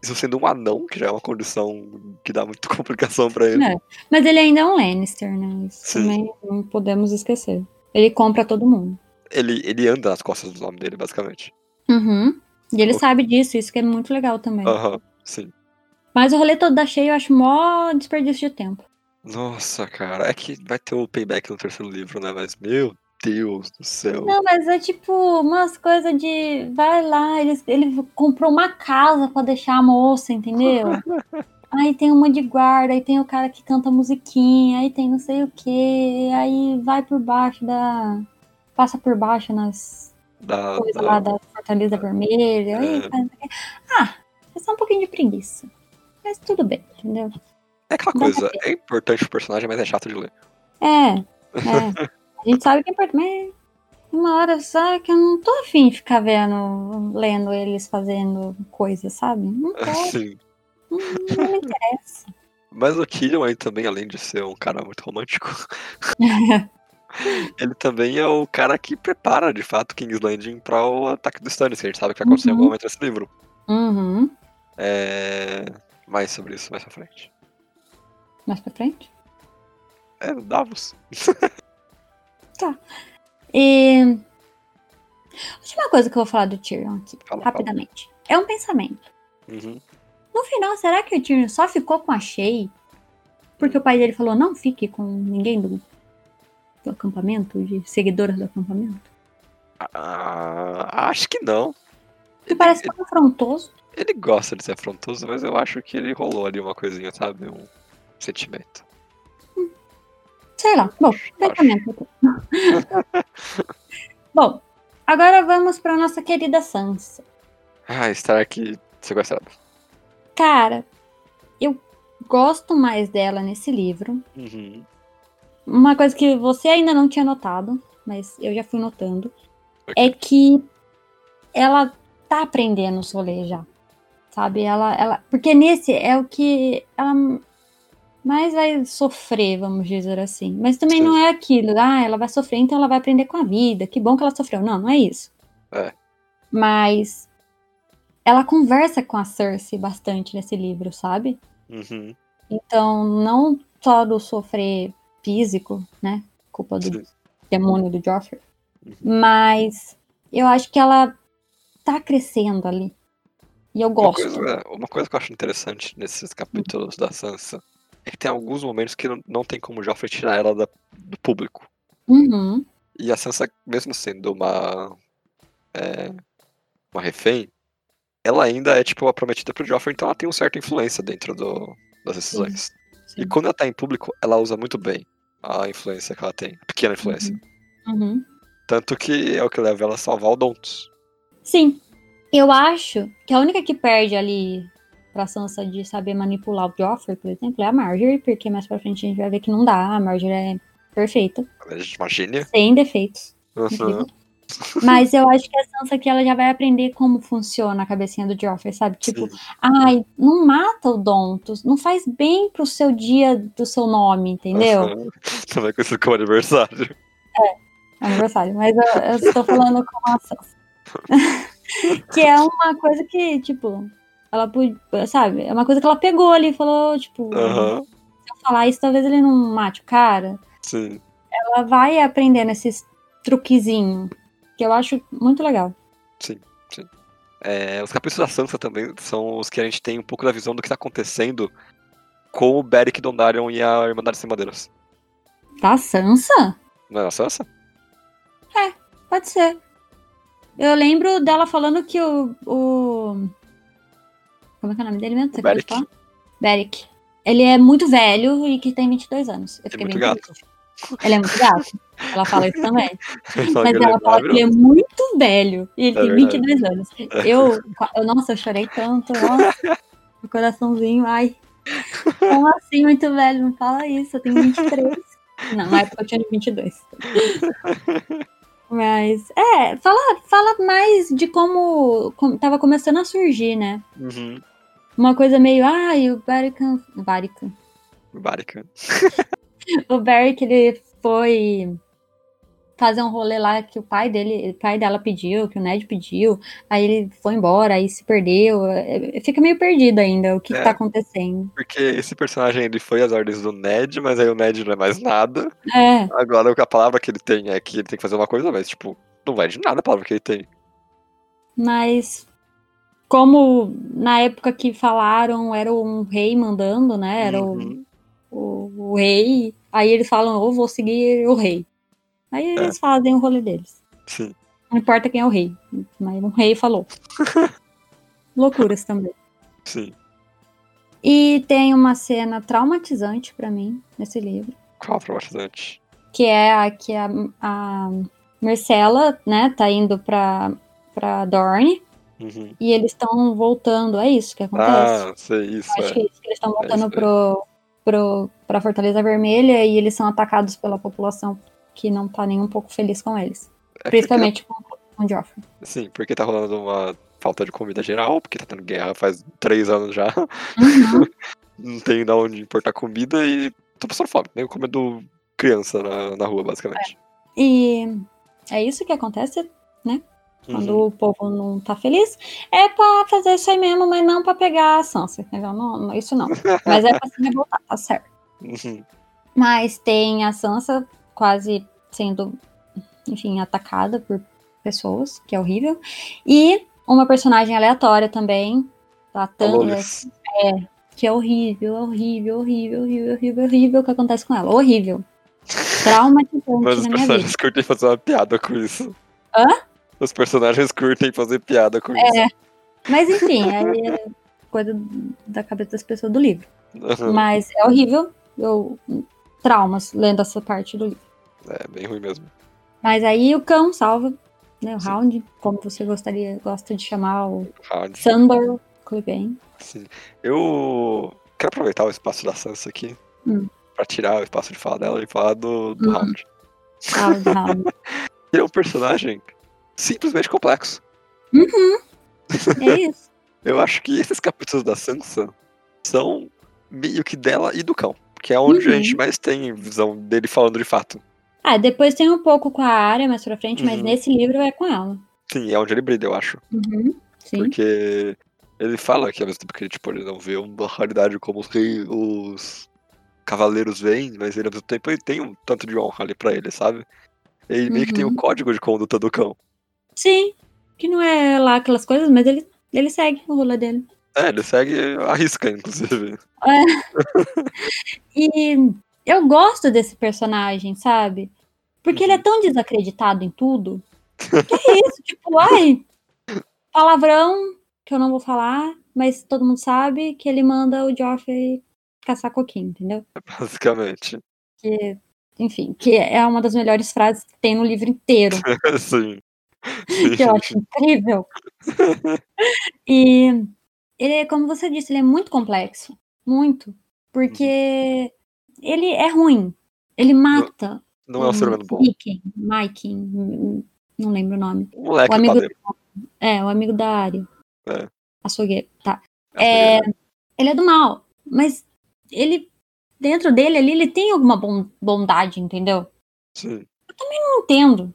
Speaker 2: Isso sendo um anão, que já é uma condição que dá muita complicação pra ele.
Speaker 1: É. Mas ele ainda é um Lannister, né? Isso
Speaker 2: Sim.
Speaker 1: também não podemos esquecer. Ele compra todo mundo.
Speaker 2: Ele, ele anda nas costas do nome dele, basicamente.
Speaker 1: Uhum. E ele
Speaker 2: Ok.
Speaker 1: sabe disso, isso que é muito legal também.
Speaker 2: Aham, sim.
Speaker 1: Mas o rolê todo da cheia eu acho mó desperdício de tempo.
Speaker 2: Nossa, cara, é que vai ter o payback no terceiro livro, né? Mas, meu Deus do céu.
Speaker 1: Não, mas é tipo umas coisas de. Vai lá, ele, ele comprou uma casa pra deixar a moça, entendeu? aí tem uma de guarda, aí tem o cara que canta musiquinha, aí tem não sei o que, aí vai por baixo da. Passa por baixo nas
Speaker 2: Da,
Speaker 1: coisas
Speaker 2: da-
Speaker 1: lá da Fortaleza Vermelha. Aí
Speaker 2: Ah, tá. É.
Speaker 1: faz... Ah, é só um pouquinho de preguiça. Mas tudo bem, entendeu?
Speaker 2: É aquela
Speaker 1: Não
Speaker 2: coisa, é importante pro personagem, mas é chato de ler.
Speaker 1: É, é. A gente sabe que é importante, mas uma hora só que eu não tô afim de ficar vendo, lendo eles fazendo coisas, sabe? Não quero,
Speaker 2: Sim.
Speaker 1: não, não me interessa.
Speaker 2: Mas o Tyrion aí também, além de ser um cara muito romântico, ele também é o cara que prepara, de fato, King's Landing pra o ataque do Stannis, que a gente sabe que vai acontecer em algum
Speaker 1: Uhum.
Speaker 2: momento nesse livro.
Speaker 1: Uhum.
Speaker 2: É... Mais sobre isso mais pra frente.
Speaker 1: Mais pra frente.
Speaker 2: É, Davos.
Speaker 1: E. Última coisa que eu vou falar do Tyrion aqui,
Speaker 2: Fala, fala.
Speaker 1: rapidamente. É um pensamento.
Speaker 2: Uhum.
Speaker 1: No final, será que o Tyrion só ficou com a Shay? Porque o pai dele falou: não fique com ninguém do, do acampamento, de seguidoras do acampamento?
Speaker 2: Ah, acho que não.
Speaker 1: Que parece tão afrontoso.
Speaker 2: Ele gosta de ser afrontoso, mas eu acho que ele rolou ali uma coisinha, sabe? Um sentimento.
Speaker 1: Sei lá. Bom,
Speaker 2: Acho-
Speaker 1: pensamento. Bom, agora vamos para nossa querida Sansa.
Speaker 2: Ah, Stark sequestrado.
Speaker 1: Cara, eu gosto mais dela nesse livro.
Speaker 2: Uhum.
Speaker 1: Uma coisa que você ainda não tinha notado, mas eu já fui notando, é
Speaker 2: Ok.
Speaker 1: que ela tá aprendendo os rolês já. Sabe? Ela, ela. Porque nesse é o que ela mais vai sofrer, vamos dizer assim. Mas também
Speaker 2: Sim.
Speaker 1: não é aquilo, ah, ela vai sofrer, então ela vai aprender com a vida. Que bom que ela sofreu. Não, não é isso.
Speaker 2: É.
Speaker 1: Mas ela conversa com a Cersei bastante nesse livro, sabe?
Speaker 2: Uhum.
Speaker 1: Então, não só do sofrer físico, né? Culpa do
Speaker 2: Sim. Uhum.
Speaker 1: demônio do Joffrey. Mas eu acho que ela tá crescendo ali. E eu
Speaker 2: Uma
Speaker 1: gosto.
Speaker 2: coisa, né? uma coisa que eu acho interessante nesses capítulos da Sansa é que tem alguns momentos que não, não tem como o Joffrey tirar ela da- do público.
Speaker 1: Uhum,
Speaker 2: E a Sansa, mesmo sendo uma. é, uma refém, ela ainda é, tipo, a prometida pro Joffrey, então ela tem uma certa influência dentro do- das decisões.
Speaker 1: sim.
Speaker 2: E quando ela tá em público, ela usa muito bem a influência que ela tem, a pequena influência.
Speaker 1: Uhum.
Speaker 2: Tanto que é o que leva ela a salvar o Dontos.
Speaker 1: Sim. Eu acho que a única que perde ali pra Sansa de saber manipular o Joffrey, por exemplo, é a Marjorie, porque mais pra frente a gente vai ver que não dá. A Marjorie é perfeita,
Speaker 2: Ela é uma gênia.
Speaker 1: sem defeitos.
Speaker 2: Uhum.
Speaker 1: Mas eu acho que a Sansa aqui ela já vai aprender como funciona a cabecinha do Joffrey, sabe? Tipo,
Speaker 2: Sim.
Speaker 1: ai, não mata o Dontos, não faz bem pro seu dia do seu nome, entendeu?
Speaker 2: Uhum. Também conhecido como aniversário.
Speaker 1: É aniversário, mas eu, eu estou falando com a Sansa. que é uma coisa que, tipo, ela pode, sabe? É uma coisa que ela pegou ali e falou, tipo,
Speaker 2: Aham.
Speaker 1: se eu falar isso, talvez ele não mate o cara.
Speaker 2: Sim.
Speaker 1: Ela vai aprendendo esses truquezinhos, que eu acho muito legal.
Speaker 2: É, os capítulos da Sansa também são os que a gente tem um pouco da visão do que tá acontecendo com o Beric Dondarrion e a Irmandade Sem Bandeiras.
Speaker 1: Tá, Sansa?
Speaker 2: Não é a Sansa?
Speaker 1: Pode ser. Eu lembro dela falando que o. o- Como é que é o nome dele mesmo? Você
Speaker 2: O Beric.
Speaker 1: acabou de falar? Beric. Ele é muito velho e que tem 22 anos. Eu
Speaker 2: Ele é
Speaker 1: fiquei
Speaker 2: muito
Speaker 1: bem
Speaker 2: gato.
Speaker 1: triste. Ele é muito gato. Ela fala isso também.
Speaker 2: Fala
Speaker 1: Mas
Speaker 2: que ele é
Speaker 1: ela fala que ele é
Speaker 2: maravilhoso.
Speaker 1: muito velho e ele
Speaker 2: É
Speaker 1: tem
Speaker 2: verdade.
Speaker 1: 22 anos. Eu, eu, nossa, eu chorei tanto, nossa. Meu coraçãozinho, ai. Como assim, muito velho? Não fala isso, eu tenho 23. Não, na época eu tinha 22. Mas, é, fala, fala mais de como, como tava começando a surgir, né?
Speaker 2: Uhum.
Speaker 1: Uma coisa meio, ai, o Barrican. Barrican.
Speaker 2: Beric. né?
Speaker 1: O Barry que ele foi fazer um rolê lá que o pai dele, o pai dela pediu, que o Ned pediu, aí ele foi embora, aí se perdeu. é, Fica meio perdido ainda o que,
Speaker 2: É.
Speaker 1: que tá acontecendo.
Speaker 2: Porque esse personagem ele foi às ordens do Ned, mas aí o Ned não é mais nada.
Speaker 1: É,
Speaker 2: Agora a palavra que ele tem é que ele tem que fazer uma coisa, mas tipo, não vai de nada a palavra que ele tem.
Speaker 1: mas como na época que falaram era um rei mandando, né? Era o-
Speaker 2: Uhum.
Speaker 1: o, o rei, aí eles falam, eu vou seguir o rei. Aí eles fazem o rolê deles.
Speaker 2: É. Sim.
Speaker 1: Não importa quem é o rei, mas o rei falou. Loucuras também.
Speaker 2: Sim.
Speaker 1: E tem uma cena traumatizante pra mim nesse livro,
Speaker 2: Qual traumatizante?
Speaker 1: que é a que a, a Marcela, né, tá indo pra, pra Dorne
Speaker 2: Uhum.
Speaker 1: e eles estão voltando, é isso que acontece.
Speaker 2: Ah, sei, isso.
Speaker 1: Eu Acho
Speaker 2: É.
Speaker 1: que é isso, que eles estão voltando
Speaker 2: isso aí.
Speaker 1: pro, pro, pra Fortaleza Vermelha e eles são atacados pela população que não tá nem um pouco feliz com eles.
Speaker 2: É porque,
Speaker 1: principalmente com, com o Joffrey.
Speaker 2: sim, porque tá rolando uma falta de comida geral, porque tá tendo guerra faz três anos já.
Speaker 1: Uhum.
Speaker 2: Não tem da onde importar comida e tô passando fome. Nem comendo criança na, na rua, basicamente.
Speaker 1: E é isso que acontece quando
Speaker 2: Uhum.
Speaker 1: o povo não tá feliz. É pra fazer isso aí mesmo, mas não pra pegar a Sansa, entendeu? Não, não- isso não. Mas é pra se revoltar, tá certo.
Speaker 2: Uhum.
Speaker 1: Mas tem a Sansa quase sendo, enfim, atacada por pessoas, que é horrível. E uma personagem aleatória também, da
Speaker 2: A
Speaker 1: Tânia,
Speaker 2: Lolis.
Speaker 1: que é horrível, horrível, horrível, horrível, horrível, horrível o que acontece com ela. Horrível. Traumatizante
Speaker 2: Mas
Speaker 1: na minha
Speaker 2: os
Speaker 1: vida.
Speaker 2: personagens curtem fazer uma piada com isso.
Speaker 1: Hã? É.
Speaker 2: Os personagens curtem fazer piada com isso.
Speaker 1: Mas enfim, aí é coisa da cabeça das pessoas do livro.
Speaker 2: Uhum.
Speaker 1: Mas é horrível. Eu traumas lendo essa parte do livro.
Speaker 2: É bem ruim mesmo.
Speaker 1: Mas aí o cão salva, né? O
Speaker 2: Sim.
Speaker 1: Round, como você gostaria, gosta de chamar o
Speaker 2: Hard.
Speaker 1: Sandor Cliquei. hein?
Speaker 2: Sim. Eu quero aproveitar o espaço da Sansa aqui
Speaker 1: Hum.
Speaker 2: pra tirar o espaço de fala dela e falar do, do
Speaker 1: Hum.
Speaker 2: Howard.
Speaker 1: Ah, o Howard.
Speaker 2: Ele é um personagem simplesmente complexo.
Speaker 1: é isso.
Speaker 2: Eu acho que esses capítulos da Sansa são meio que dela e do cão. Que é onde a
Speaker 1: Uhum.
Speaker 2: gente mais tem visão dele falando de fato.
Speaker 1: Ah, depois tem um pouco com a área mais pra frente, mas
Speaker 2: Uhum.
Speaker 1: nesse livro é com ela.
Speaker 2: Sim, é onde ele brilha, eu acho.
Speaker 1: Uhum. Sim.
Speaker 2: Porque ele fala que ao mesmo tempo que ele, tipo, ele não vê uma realidade como os, rei- os cavaleiros veem, mas ele ao mesmo tempo ele tem um tanto de honra ali pra ele, sabe? Ele meio que tem o
Speaker 1: Uhum.
Speaker 2: código de conduta do cão.
Speaker 1: Sim. Que não é lá aquelas coisas, mas ele, ele segue o rolê dele.
Speaker 2: É, ele segue a risca, inclusive.
Speaker 1: E eu gosto desse personagem, sabe? Porque ele é tão desacreditado em tudo. Que é isso? tipo, ai, palavrão que eu não vou falar, mas todo mundo sabe que ele manda o Joffrey caçar coquinho, entendeu?
Speaker 2: Basicamente.
Speaker 1: que, enfim, que é uma das melhores frases que tem no livro inteiro,
Speaker 2: Sim.
Speaker 1: que eu acho incrível. E ele, é, como você disse, ele é muito complexo, muito, porque ele é ruim, ele mata
Speaker 2: Não é um ser humano bom.
Speaker 1: Hum, Viking, Viking, não lembro o nome.
Speaker 2: Um moleque
Speaker 1: o amigo,
Speaker 2: padeiro.
Speaker 1: é, o amigo da área.
Speaker 2: É.
Speaker 1: Açougueiro, tá. É, ele é do mal, mas ele, dentro dele ali, ele tem alguma bon- bondade, entendeu?
Speaker 2: Sim.
Speaker 1: não entendo.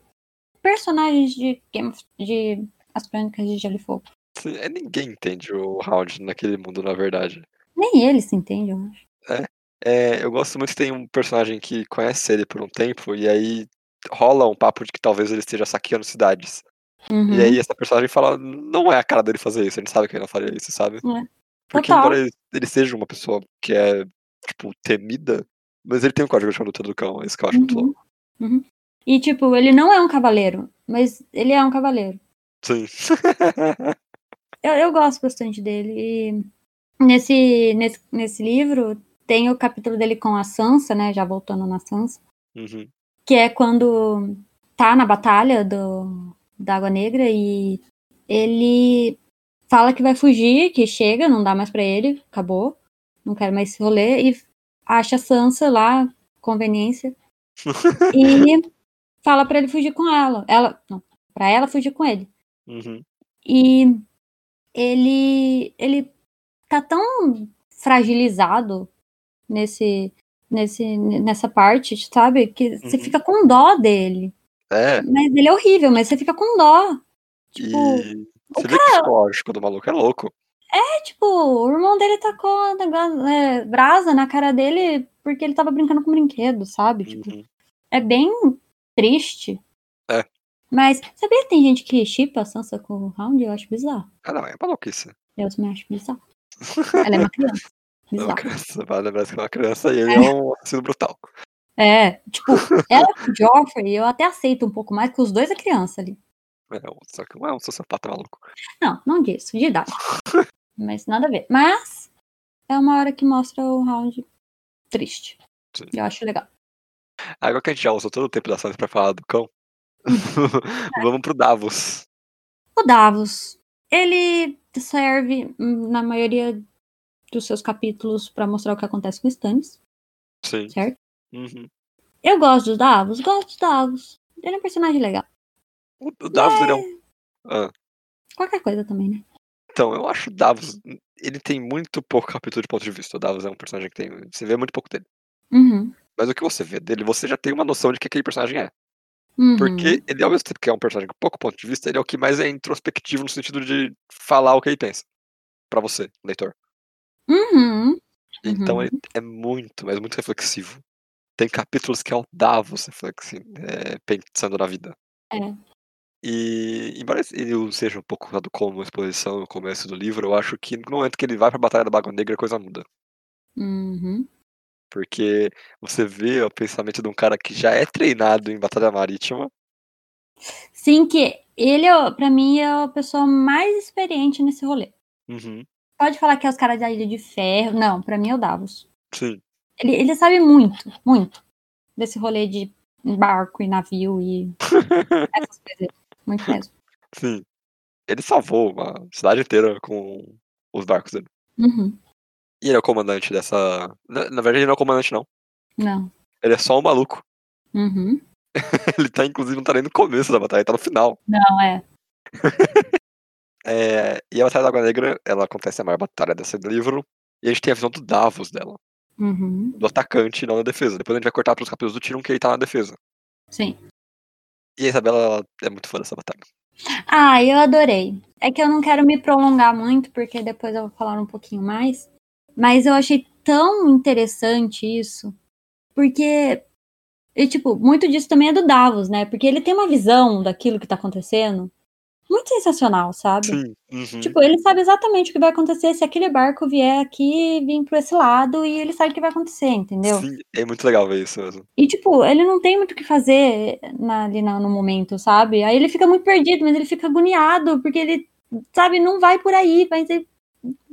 Speaker 1: Personagens de Game of, de As Crônicas de Gelo e Fogo.
Speaker 2: Sim, é, ninguém entende o Round naquele mundo, na verdade.
Speaker 1: Nem eles se entendem, eu acho.
Speaker 2: É, eu gosto muito que tem um personagem que conhece ele por um tempo, e aí rola um papo de que talvez ele esteja saqueando cidades.
Speaker 1: Uhum.
Speaker 2: E aí essa personagem fala, não é a cara dele fazer isso, a gente sabe que ele não faria isso, sabe? Porque
Speaker 1: É. Total.
Speaker 2: embora ele, ele seja uma pessoa que é, tipo, temida, mas ele tem um código de conduta do cão, esse que eu acho muito
Speaker 1: Uhum.
Speaker 2: louco.
Speaker 1: Uhum. E tipo, ele não é um cavaleiro, mas ele é um cavaleiro.
Speaker 2: Sim.
Speaker 1: Eu, eu gosto bastante dele. E nesse, nesse, nesse livro tem o capítulo dele com a Sansa, né? Já voltando na Sansa.
Speaker 2: Uhum.
Speaker 1: Que é quando tá na batalha do, da Água Negra e ele fala que vai fugir, que chega, não dá mais pra ele, acabou, não quero mais esse rolê, e acha a Sansa lá, conveniência, e fala pra ele fugir com ela, ela, não, pra ela fugir com ele.
Speaker 2: Uhum.
Speaker 1: E ele ele tá tão fragilizado nesse nesse nessa parte, sabe? Que você
Speaker 2: Uhum.
Speaker 1: fica com dó dele.
Speaker 2: É,
Speaker 1: Mas ele é horrível, mas você fica com dó.
Speaker 2: e
Speaker 1: Tipo,
Speaker 2: você vê que o psicológico do maluco é louco.
Speaker 1: É, tipo, o irmão dele tacou negócio, é, brasa na cara dele porque ele tava brincando com brinquedo, sabe? Tipo,
Speaker 2: Uhum.
Speaker 1: é bem triste.
Speaker 2: É.
Speaker 1: Mas, sabia que tem gente que chipa a Sansa com o Round? Eu acho bizarro.
Speaker 2: Ah, não, é maluquice.
Speaker 1: Eu também acho bizarro. Ela é uma criança.
Speaker 2: É uma
Speaker 1: Bizarro.
Speaker 2: criança, vai lembrar que é uma criança e ele é um assassino brutal.
Speaker 1: É, tipo, ela com o Joffrey, eu até aceito um pouco mais, que os dois é criança ali.
Speaker 2: É, um- só que não é um sociopata maluco.
Speaker 1: Não, não disso, de idade. Mas nada a ver. Mas é uma hora que mostra o Round triste.
Speaker 2: Sim.
Speaker 1: Eu acho legal.
Speaker 2: Agora que a gente já usou todo o tempo da Sansa pra falar do cão, vamos pro Davos.
Speaker 1: O Davos, ele serve hum, na maioria dos seus capítulos pra mostrar o que acontece com o Stannis.
Speaker 2: Sim.
Speaker 1: Certo.
Speaker 2: Uhum.
Speaker 1: Eu gosto do Davos, gosto do Davos. Ele é um personagem legal.
Speaker 2: O, o Davos, ele é um... Ah,
Speaker 1: Qualquer coisa também, né?
Speaker 2: então, eu acho o Davos... Ele tem muito pouco capítulo de ponto de vista. O Davos é um personagem que tem... Você vê muito pouco dele.
Speaker 1: Uhum.
Speaker 2: Mas o que você vê dele, você já tem uma noção de que aquele personagem é.
Speaker 1: uhum.
Speaker 2: Porque ele, ao mesmo tempo que é um personagem com pouco ponto de vista, ele é o que mais é introspectivo no sentido de falar o que ele pensa. Pra você, leitor.
Speaker 1: Uhum.
Speaker 2: Então
Speaker 1: Uhum.
Speaker 2: ele é muito, mas muito reflexivo. Tem capítulos que é o Davos reflexi- é, pensando na vida.
Speaker 1: É.
Speaker 2: E embora esse- ele seja um pouco usado como exposição no começo do livro, eu acho que no momento que ele vai pra Batalha da Baga Negra, a coisa muda.
Speaker 1: Uhum.
Speaker 2: Porque você vê o pensamento de um cara que já é treinado em Batalha Marítima.
Speaker 1: Sim, que ele, é o- pra mim, é a pessoa mais experiente nesse rolê.
Speaker 2: Uhum,
Speaker 1: Pode falar que é os caras da Ilha de Ferro. Não, pra mim é o Davos.
Speaker 2: Sim.
Speaker 1: Ele, ele sabe muito, muito desse rolê de barco e navio e essas coisas. Muito mesmo.
Speaker 2: Sim. Ele salvou uma cidade inteira com os barcos dele.
Speaker 1: Uhum.
Speaker 2: E ele é o comandante dessa. Na, na verdade, ele não é o comandante, não.
Speaker 1: Não.
Speaker 2: Ele é só um maluco.
Speaker 1: Uhum.
Speaker 2: Ele tá, inclusive, não tá nem no começo da batalha, ele tá no final.
Speaker 1: Não, é.
Speaker 2: É, e a Batalha da Água Negra, ela acontece a maior batalha desse livro. E a gente tem a visão do Davos dela,
Speaker 1: Uhum.
Speaker 2: do atacante, não da defesa. Depois a gente vai cortar pros capítulos do Tyrion, que ele tá na defesa.
Speaker 1: Sim.
Speaker 2: E a Isabela, ela é muito fã dessa batalha.
Speaker 1: Ah, eu adorei. É que eu não quero me prolongar muito, porque depois eu vou falar um pouquinho mais. Mas eu achei tão interessante isso, porque. E, tipo, muito disso também é do Davos, né? Porque ele tem uma visão daquilo que tá acontecendo muito sensacional, sabe?
Speaker 2: Sim. Uhum.
Speaker 1: Tipo, ele sabe exatamente o que vai acontecer se aquele barco vier aqui e vir pra esse lado, e ele sabe o que vai acontecer, entendeu?
Speaker 2: Sim, é muito legal ver isso mesmo.
Speaker 1: E, tipo, ele não tem muito o que fazer na- ali na- no momento, sabe? Aí ele fica muito perdido, mas ele fica agoniado, porque ele, sabe, não vai por aí, mas ele-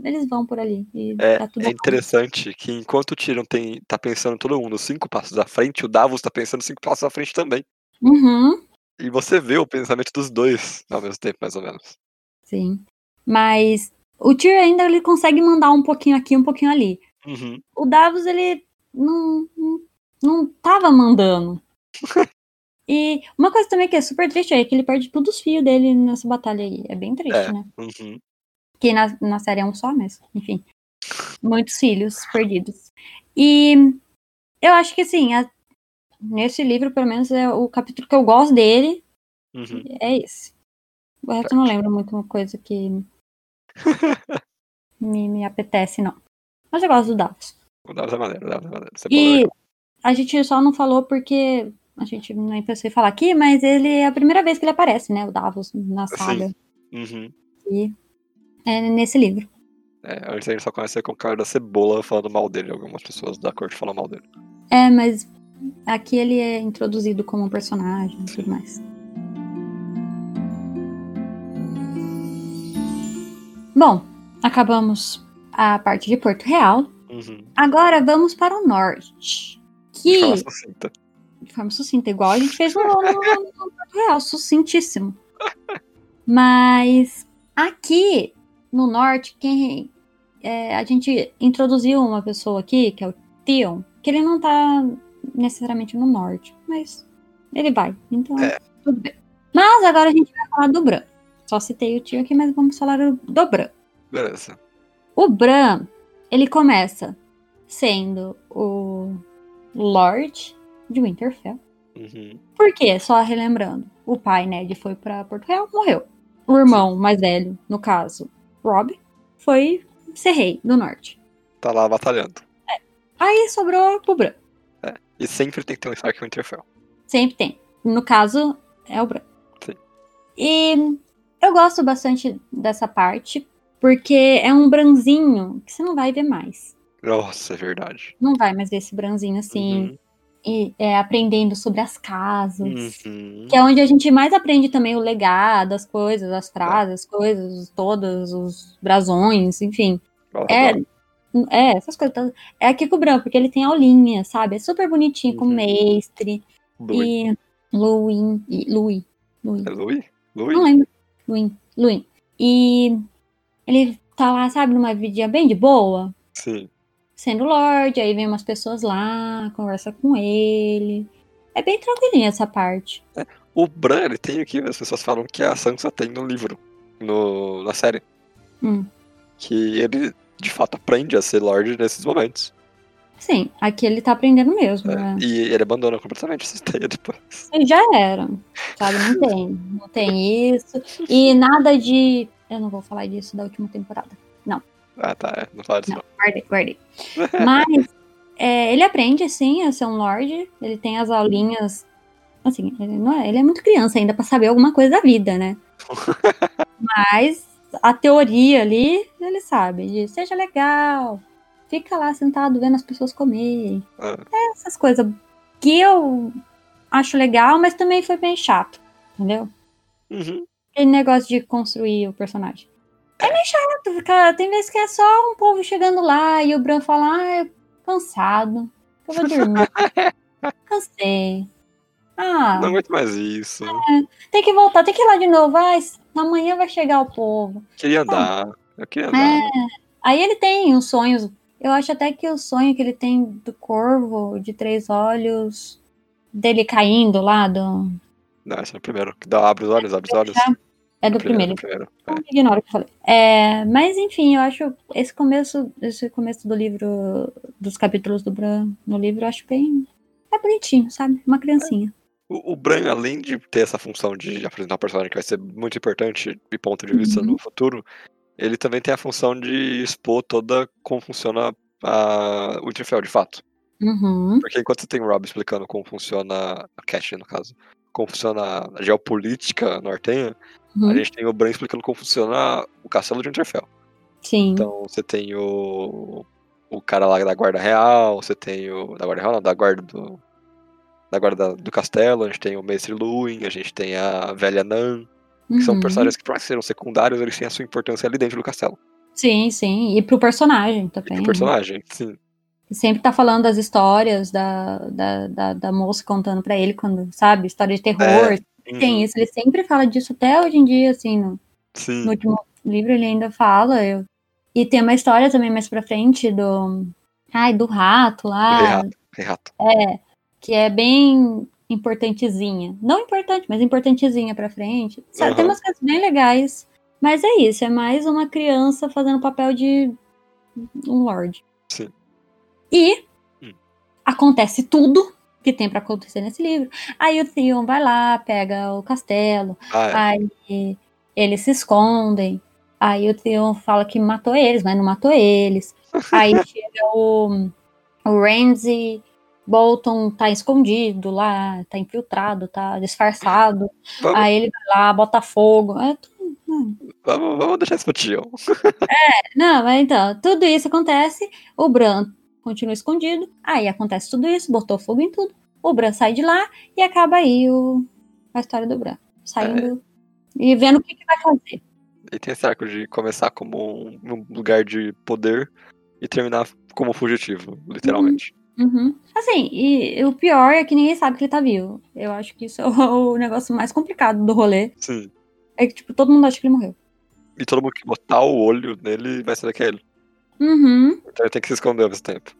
Speaker 1: eles vão por ali. E
Speaker 2: É,
Speaker 1: tá tudo
Speaker 2: É
Speaker 1: bom.
Speaker 2: interessante que enquanto o Tyrion tem, tá pensando todo mundo cinco passos à frente, o Davos tá pensando cinco passos à frente também.
Speaker 1: Uhum,
Speaker 2: E você vê o pensamento dos dois ao mesmo tempo, mais ou menos.
Speaker 1: sim. Mas o Tyr ainda ele consegue mandar um pouquinho aqui, um pouquinho ali.
Speaker 2: Uhum.
Speaker 1: O Davos, ele não, não, não tava mandando. E uma coisa também que é super triste é que ele perde todos os fios dele nessa batalha aí. É bem triste, né?
Speaker 2: Uhum.
Speaker 1: Que na, na série é um só, mas, enfim. Muitos filhos perdidos. E eu acho que, assim, a- nesse livro, pelo menos, é o capítulo que eu gosto dele
Speaker 2: Uhum.
Speaker 1: é esse. O resto eu não lembro muito uma coisa que me, me apetece, não. Mas eu gosto do Davos.
Speaker 2: O Davos é maneiro, o Davos é maneiro. Você
Speaker 1: E
Speaker 2: pode-
Speaker 1: a gente só não falou porque a gente nem pensou em falar aqui, mas ele é a primeira vez que ele aparece, né? O Davos na saga.
Speaker 2: Uhum.
Speaker 1: É nesse livro.
Speaker 2: É, antes a gente só conhecia com o cara da cebola falando mal dele. Algumas pessoas da corte falam mal dele.
Speaker 1: É, mas aqui ele é introduzido como um personagem e tudo mais. Bom, acabamos a parte de Porto Real.
Speaker 2: Uhum.
Speaker 1: Agora vamos para o norte.
Speaker 2: De forma
Speaker 1: Que,
Speaker 2: sucinta.
Speaker 1: de forma sucinta, um igual a gente fez no, no- no Porto Real, sucintíssimo. Mas aqui no norte, quem é, a gente introduziu uma pessoa aqui, que é o Theon, que ele não tá necessariamente no norte, mas ele vai. Então,
Speaker 2: É.
Speaker 1: tudo bem. Mas agora a gente vai falar do Bran. Só citei o tio aqui, mas vamos falar do Bran.
Speaker 2: Beleza.
Speaker 1: O Bran, ele começa sendo o Lorde de Winterfell.
Speaker 2: Uhum.
Speaker 1: Por quê? Só relembrando. O pai, Ned, foi pra Porto Real, morreu. O irmão mais velho, no caso, Rob, foi ser rei do norte.
Speaker 2: Tá lá batalhando.
Speaker 1: Aí sobrou pro Bran.
Speaker 2: E sempre tem que ter um Stark Winterfell.
Speaker 1: Sempre tem. No caso, é o Bran.
Speaker 2: Sim.
Speaker 1: E eu gosto bastante dessa parte, porque é um branzinho que você não vai ver mais.
Speaker 2: Nossa, é verdade.
Speaker 1: Não vai mais ver esse branzinho assim, e é, aprendendo sobre as casas.
Speaker 2: Uhum. Uhum.
Speaker 1: Que é onde a gente mais aprende também o legado, as coisas,
Speaker 2: É.
Speaker 1: as frases, as coisas, todas, os brasões, enfim.
Speaker 2: Nossa,
Speaker 1: É,
Speaker 2: adoro.
Speaker 1: é essas coisas. todas. É aqui com o Bran, porque ele tem aulinha, sabe? É super bonitinho, com
Speaker 2: Uhum.
Speaker 1: mestre
Speaker 2: Louis.
Speaker 1: e Luin. E Luin. Luin.
Speaker 2: É Louis? Louis?
Speaker 1: Não lembro. Luin. Luin. E ele tá lá, sabe, numa vidinha bem de boa,
Speaker 2: Sim.
Speaker 1: sendo Lorde, aí vem umas pessoas lá, conversa com ele. É bem tranquilinha essa parte.
Speaker 2: O Bran, ele tem aqui, as pessoas falam que a Sansa tem no livro, no, na série.
Speaker 1: Hum.
Speaker 2: Que ele, de fato, aprende a ser Lorde nesses momentos.
Speaker 1: Sim, aqui ele tá aprendendo mesmo, né?
Speaker 2: É, E ele abandona completamente essa ideia depois.
Speaker 1: Ele já era, sabe? Não tem, não tem isso. E nada de. Eu não vou falar disso da última temporada.
Speaker 2: Ah, tá, é, não fala disso não.
Speaker 1: Guardei, guardei. Mas é, ele aprende, assim, a ser um lorde. Ele tem as aulinhas. Assim, ele, não é, ele é muito criança ainda pra saber alguma coisa da vida, né? Mas a teoria ali, ele sabe. De seja legal, fica lá sentado vendo as pessoas comerem.
Speaker 2: Ah.
Speaker 1: É essas coisas que eu acho legal, mas também foi bem chato, entendeu?
Speaker 2: Uhum.
Speaker 1: Aquele negócio de construir o personagem. É meio chato, cara. Tem vezes que é só um povo chegando lá e o Bran fala, ah, eu tô cansado, eu vou dormir. Cansei. Ah,
Speaker 2: Não aguento mais isso.
Speaker 1: É. tem que voltar, tem que ir lá de novo. Ah, amanhã vai chegar o povo.
Speaker 2: Queria andar. Eu queria andar.
Speaker 1: É, aí ele tem uns sonhos. Eu acho até que o sonho que ele tem do corvo, de três olhos, dele caindo lá do.
Speaker 2: Não, esse é o primeiro. Que dá, abre os olhos, abre os olhos.
Speaker 1: É do primeiro.
Speaker 2: primeiro.
Speaker 1: Então, ignora o que eu falei. É, mas enfim, eu acho esse começo, esse começo do livro, dos capítulos do Bran no livro, eu acho bem. É bonitinho, sabe? Uma criancinha.
Speaker 2: O, o Bran, além de ter essa função de apresentar um personagem que vai ser muito importante e ponto de vista
Speaker 1: Uhum.
Speaker 2: no futuro, ele também tem a função de expor toda como funciona a Winterfell, de fato.
Speaker 1: Uhum.
Speaker 2: Porque enquanto você tem o Rob explicando como funciona a Cash, no caso, como funciona a geopolítica nortenha,
Speaker 1: uhum.
Speaker 2: a gente tem o Bran explicando como funciona o castelo de Winterfell.
Speaker 1: Sim.
Speaker 2: Então você tem o. o cara lá da guarda real, você tem o. Da guarda real, não, da guarda do. Da guarda do castelo, a gente tem o Mestre Luin, a gente tem a velha Nan, que são
Speaker 1: Uhum.
Speaker 2: personagens que, por mais que sejam secundários, eles têm a sua importância ali dentro do castelo.
Speaker 1: Sim, sim. E pro personagem
Speaker 2: E
Speaker 1: também.
Speaker 2: pro personagem, sim.
Speaker 1: E Sempre tá falando das histórias da, da, da, da moça contando pra ele quando, sabe, história de terror.
Speaker 2: É. Uhum.
Speaker 1: Tem isso, ele sempre fala disso até hoje em dia, assim, no,
Speaker 2: Sim.
Speaker 1: no último livro ele ainda fala. eu- E tem uma história também mais pra frente do. Ai, do rato lá.
Speaker 2: Rei rato, rei rato.
Speaker 1: que é bem importantezinha. Não importante, mas importantezinha pra frente. Sabe, Tem
Speaker 2: Aham.
Speaker 1: umas coisas bem legais. Mas é isso, é mais uma criança fazendo papel de um lord.
Speaker 2: Sim.
Speaker 1: E
Speaker 2: Hum.
Speaker 1: acontece tudo que tem pra acontecer nesse livro. Aí o Theon vai lá, pega o castelo,
Speaker 2: Ah,
Speaker 1: aí eles se escondem. Aí o Theon fala que matou eles, mas não matou eles. Aí chega o, o Ramsey Bolton, tá escondido lá, tá infiltrado, tá disfarçado.
Speaker 2: é. Vamos,
Speaker 1: Aí ele vai lá, bota fogo. É tu-
Speaker 2: vamos, vamos deixar isso pro tio.
Speaker 1: Não, mas então, tudo isso acontece. O Bran continua escondido. Aí acontece tudo isso, botou fogo em tudo. O Bran sai de lá e acaba aí o, a história do Bran. Saindo e vendo o que, que vai fazer.
Speaker 2: E tem esse arco de começar como um, um lugar de poder e terminar como fugitivo, literalmente.
Speaker 1: Uhum. Assim, e o pior é que ninguém sabe que ele tá vivo. Eu acho que isso é o o negócio mais complicado do rolê.
Speaker 2: Sim.
Speaker 1: É que, tipo, todo mundo acha que ele morreu.
Speaker 2: E todo mundo que botar o olho nele vai saber que é ele.
Speaker 1: Uhum.
Speaker 2: Então ele tem que se esconder ao mesmo tempo.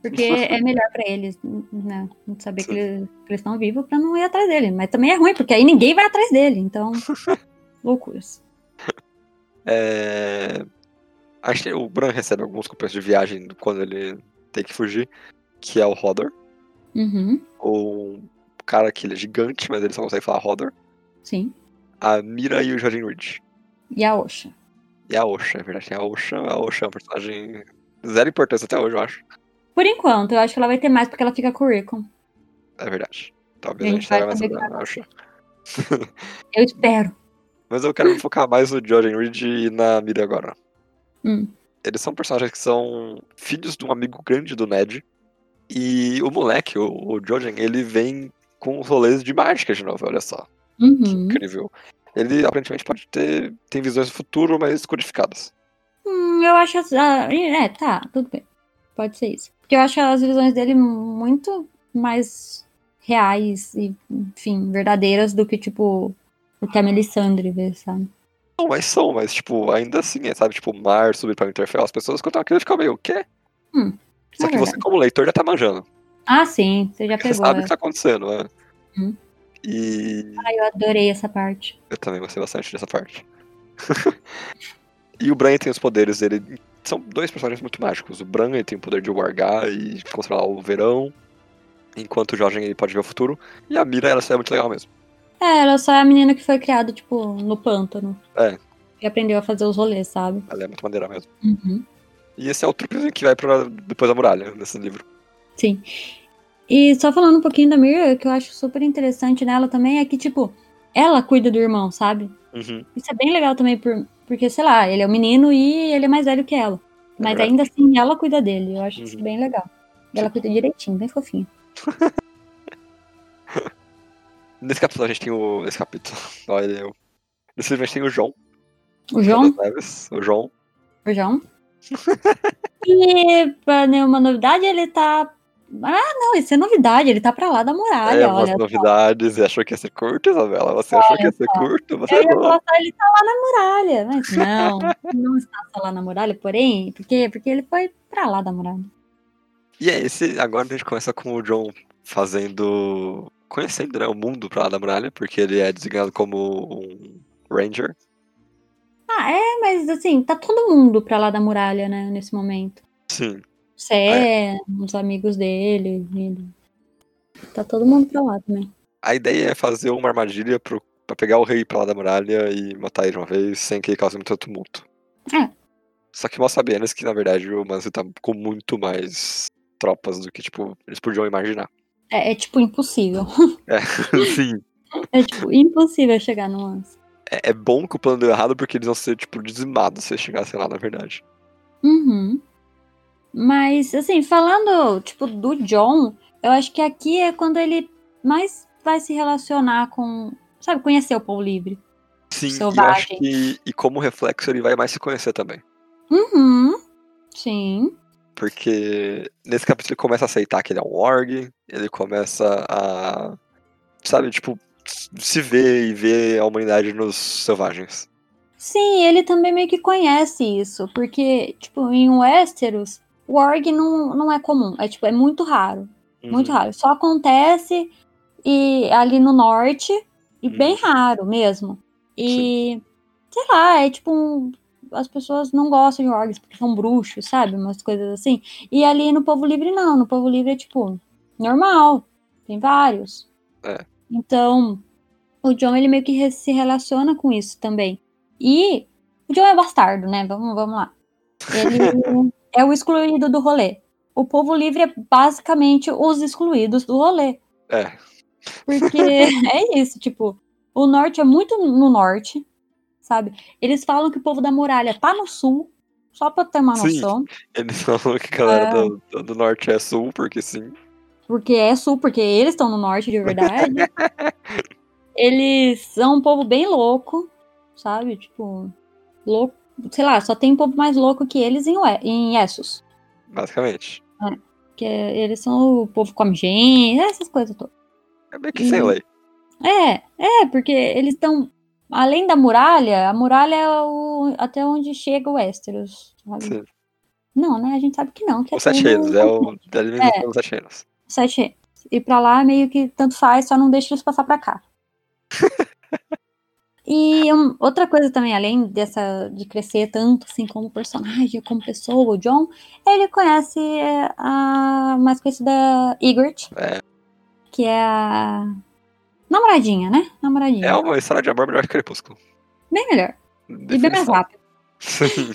Speaker 1: Porque é melhor pra eles, né? Saber que
Speaker 2: Sim.
Speaker 1: eles que eles estão vivos pra não ir atrás dele. Mas também é ruim, porque aí ninguém vai atrás dele. Então, loucuras.
Speaker 2: É... Acho que o Bran recebe alguns compensos de viagem quando ele tem que fugir, que é o Hodor.
Speaker 1: Uhum,
Speaker 2: Ou um cara que ele é gigante, mas ele só consegue falar Hodor.
Speaker 1: sim.
Speaker 2: A Mira e o Jordan Reed.
Speaker 1: E a Osha.
Speaker 2: E a Osha, é verdade. Tem a Osha, a Osha é um personagem zero importância até hoje, eu acho.
Speaker 1: Por enquanto, eu acho que ela vai ter mais, porque ela fica com o Rickon.
Speaker 2: É verdade. Talvez
Speaker 1: A
Speaker 2: a
Speaker 1: gente
Speaker 2: gente saiba
Speaker 1: vai
Speaker 2: mais
Speaker 1: saber
Speaker 2: sobre a Osha.
Speaker 1: Eu espero.
Speaker 2: Mas eu quero me focar mais no Jordan Reed e na Miri agora.
Speaker 1: Hum.
Speaker 2: Eles são personagens que são filhos de um amigo grande do Ned. E o moleque, o, o Jordan, ele vem com os rolês de mágica de novo, olha só. Que
Speaker 1: Uhum.
Speaker 2: incrível. Ele aparentemente pode ter tem visões do futuro, mas codificadas.
Speaker 1: Hum, eu acho. as- ah, é, tá, tudo bem. Pode ser isso. Porque eu acho as visões dele muito mais reais e, enfim, verdadeiras do que, tipo, o que a Melisandre vê, sabe?
Speaker 2: Não, mas são, mas tipo, ainda assim, é, sabe? Tipo, o mar subir pra Winterfell, as pessoas contam aquilo e ficam meio, o quê?
Speaker 1: Hum,
Speaker 2: Só
Speaker 1: é
Speaker 2: que você,
Speaker 1: verdade.
Speaker 2: como leitor, já tá manjando.
Speaker 1: Ah, sim, você já
Speaker 2: Porque você
Speaker 1: pegou.
Speaker 2: sabe o
Speaker 1: né?
Speaker 2: que tá acontecendo, né?
Speaker 1: Uhum.
Speaker 2: E
Speaker 1: Ah, eu adorei essa parte.
Speaker 2: eu também gostei bastante dessa parte. e o Bran tem os poderes dele. São dois personagens muito mágicos. O Bran ele tem o poder de wargar e controlar o verão. Enquanto o Jorgen ele pode ver o futuro. E a Mira, ela só é muito legal mesmo.
Speaker 1: É, ela só é a menina que foi criada, tipo, no pântano.
Speaker 2: É.
Speaker 1: E aprendeu a fazer os rolês, sabe?
Speaker 2: Ela é muito maneira mesmo.
Speaker 1: Uhum.
Speaker 2: E esse é o truque que vai pra depois da muralha, nesse livro.
Speaker 1: Sim. E só falando um pouquinho da Mira, o que eu acho super interessante nela também é que, tipo, ela cuida do irmão, sabe?
Speaker 2: Uhum.
Speaker 1: Isso é bem legal também, por, porque, sei lá, ele é um menino e ele é mais velho que ela. Mas
Speaker 2: verdade.
Speaker 1: ainda assim, ela cuida dele. Eu acho isso
Speaker 2: Uhum.
Speaker 1: bem legal. E Ela cuida direitinho, bem fofinho.
Speaker 2: Nesse capítulo a gente tem o. Nesse capítulo. Olha eu. Nesse livro a gente tem o João. Uhum.
Speaker 1: O João?
Speaker 2: das Neves, o João.
Speaker 1: O João? e, pra nenhuma novidade, né, ele tá Ah, não, isso é novidade, ele tá pra lá da muralha,
Speaker 2: é, umas
Speaker 1: olha.
Speaker 2: novidades, você achou que ia ser curto, Isabela? Você achou que ia ser curto? Você
Speaker 1: Eu ia
Speaker 2: não.
Speaker 1: falar, "Ah, ele tá lá na muralha, mas não, não está só lá na muralha, porém, por quê? Porque ele foi pra lá da muralha.
Speaker 2: E é esse. Agora a gente começa com o John fazendo. conhecendo né, o mundo pra lá da muralha, porque ele é designado como um Ranger.
Speaker 1: Ah, é, mas assim, tá todo mundo pra lá da muralha, né, nesse momento.
Speaker 2: Sim.
Speaker 1: Você é, os amigos dele, ele. Tá todo mundo pra lá também.
Speaker 2: A ideia é fazer uma armadilha pro, pra pegar o rei pra lá da muralha e matar ele de uma vez, sem que ele cause muito tumulto.
Speaker 1: É.
Speaker 2: Só que mal sabemos que, na verdade, o Manzi tá com muito mais tropas do que, tipo, eles podiam imaginar.
Speaker 1: É, é, tipo impossível.
Speaker 2: Sim.
Speaker 1: É tipo impossível chegar no lance.
Speaker 2: É, é bom que o plano deu errado porque eles vão ser, tipo, dizimados se eles chegassem lá, na verdade.
Speaker 1: Uhum. Mas, assim, falando, tipo, do John, eu acho que aqui é quando ele mais vai se relacionar com. Sabe, conhecer o povo livre.
Speaker 2: Sim, e eu acho
Speaker 1: Selvagem.
Speaker 2: que. E como reflexo, ele vai mais se conhecer também.
Speaker 1: Uhum. Sim.
Speaker 2: Porque nesse capítulo ele começa a aceitar que ele é um org, ele começa a. Sabe, tipo, se ver e ver a humanidade nos selvagens.
Speaker 1: Sim, ele também meio que conhece isso. Porque, tipo, em Westeros, o org não, não é comum. É, tipo, é muito raro. Uhum. Muito
Speaker 2: Uhum.
Speaker 1: raro. Só acontece e ali no norte e
Speaker 2: Uhum.
Speaker 1: bem raro mesmo. E sei lá, é tipo um- as pessoas não gostam de orgs porque são bruxos, sabe? Umas coisas assim. E ali no povo livre não, no povo livre é tipo normal. Tem vários.
Speaker 2: É.
Speaker 1: Então, o John ele meio que re- se relaciona com isso também. E o John é bastardo, né? Vamos, vamos lá. Ele é o excluído do rolê. O povo livre é basicamente os excluídos do rolê.
Speaker 2: É.
Speaker 1: Porque é isso, tipo, o norte é muito no norte, sabe? Eles falam que o povo da muralha tá no sul, só pra ter uma
Speaker 2: Sim.
Speaker 1: noção.
Speaker 2: Eles falam que a galera
Speaker 1: É.
Speaker 2: do, do- do norte é sul, porque sim.
Speaker 1: Porque é sul, porque eles estão no norte de verdade. eles são um povo bem louco, sabe? Tipo, louco. Sei lá, só tem um povo mais louco que eles em, Ue- em Essos.
Speaker 2: Basicamente.
Speaker 1: Que é- eles são o povo que come gente, essas coisas todas.
Speaker 2: É meio que sem
Speaker 1: Hum.
Speaker 2: lei.
Speaker 1: É, é, porque eles estão. Além da muralha, a muralha é o, até onde chega o Westeros. sabe?
Speaker 2: Sim.
Speaker 1: Não, né? A gente sabe que não. Que
Speaker 2: Os sete
Speaker 1: tudo-
Speaker 2: reinos, é o. Da eliminação dos sete reinos.
Speaker 1: Sete reinos. E pra lá meio que tanto faz, só não deixa eles passar pra cá. e um- outra coisa também, além dessa de crescer tanto assim como personagem, como pessoa, o John, ele conhece é, a mais conhecida Ygritte,
Speaker 2: É.
Speaker 1: que é a namoradinha, né? Namoradinha.
Speaker 2: É uma história de amor melhor que Crepúsculo.
Speaker 1: Bem melhor. E bem mais
Speaker 2: Definição.
Speaker 1: rápido.
Speaker 2: Sim.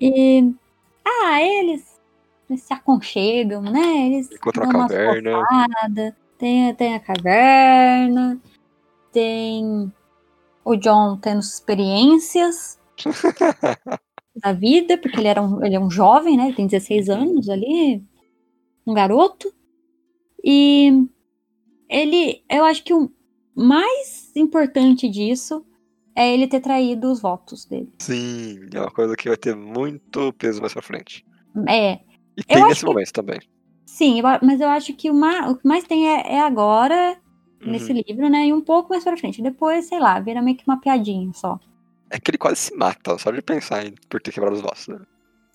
Speaker 1: E. Ah, eles, eles se aconchegam, né? Eles
Speaker 2: Encontra
Speaker 1: dão
Speaker 2: uma
Speaker 1: umas
Speaker 2: caverna.
Speaker 1: pousadas, Tem, tem a caverna, tem o John tendo experiências da vida, porque ele, era um, ele é um jovem, né? Ele tem 16 anos ali, um garoto. E ele, eu acho que o mais importante disso é ele ter traído os votos dele.
Speaker 2: Sim, é uma coisa que vai ter muito peso mais pra frente.
Speaker 1: É,
Speaker 2: E tem
Speaker 1: acho
Speaker 2: nesse
Speaker 1: que-
Speaker 2: momento também.
Speaker 1: Sim, eu a- mas eu acho que o, ma- o que mais tem é, é agora, nesse
Speaker 2: Uhum.
Speaker 1: livro, né? E um pouco mais pra frente. Depois, sei lá, vira meio que uma piadinha só.
Speaker 2: É que ele quase se mata, só de pensar em por ter quebrado os vossos, né?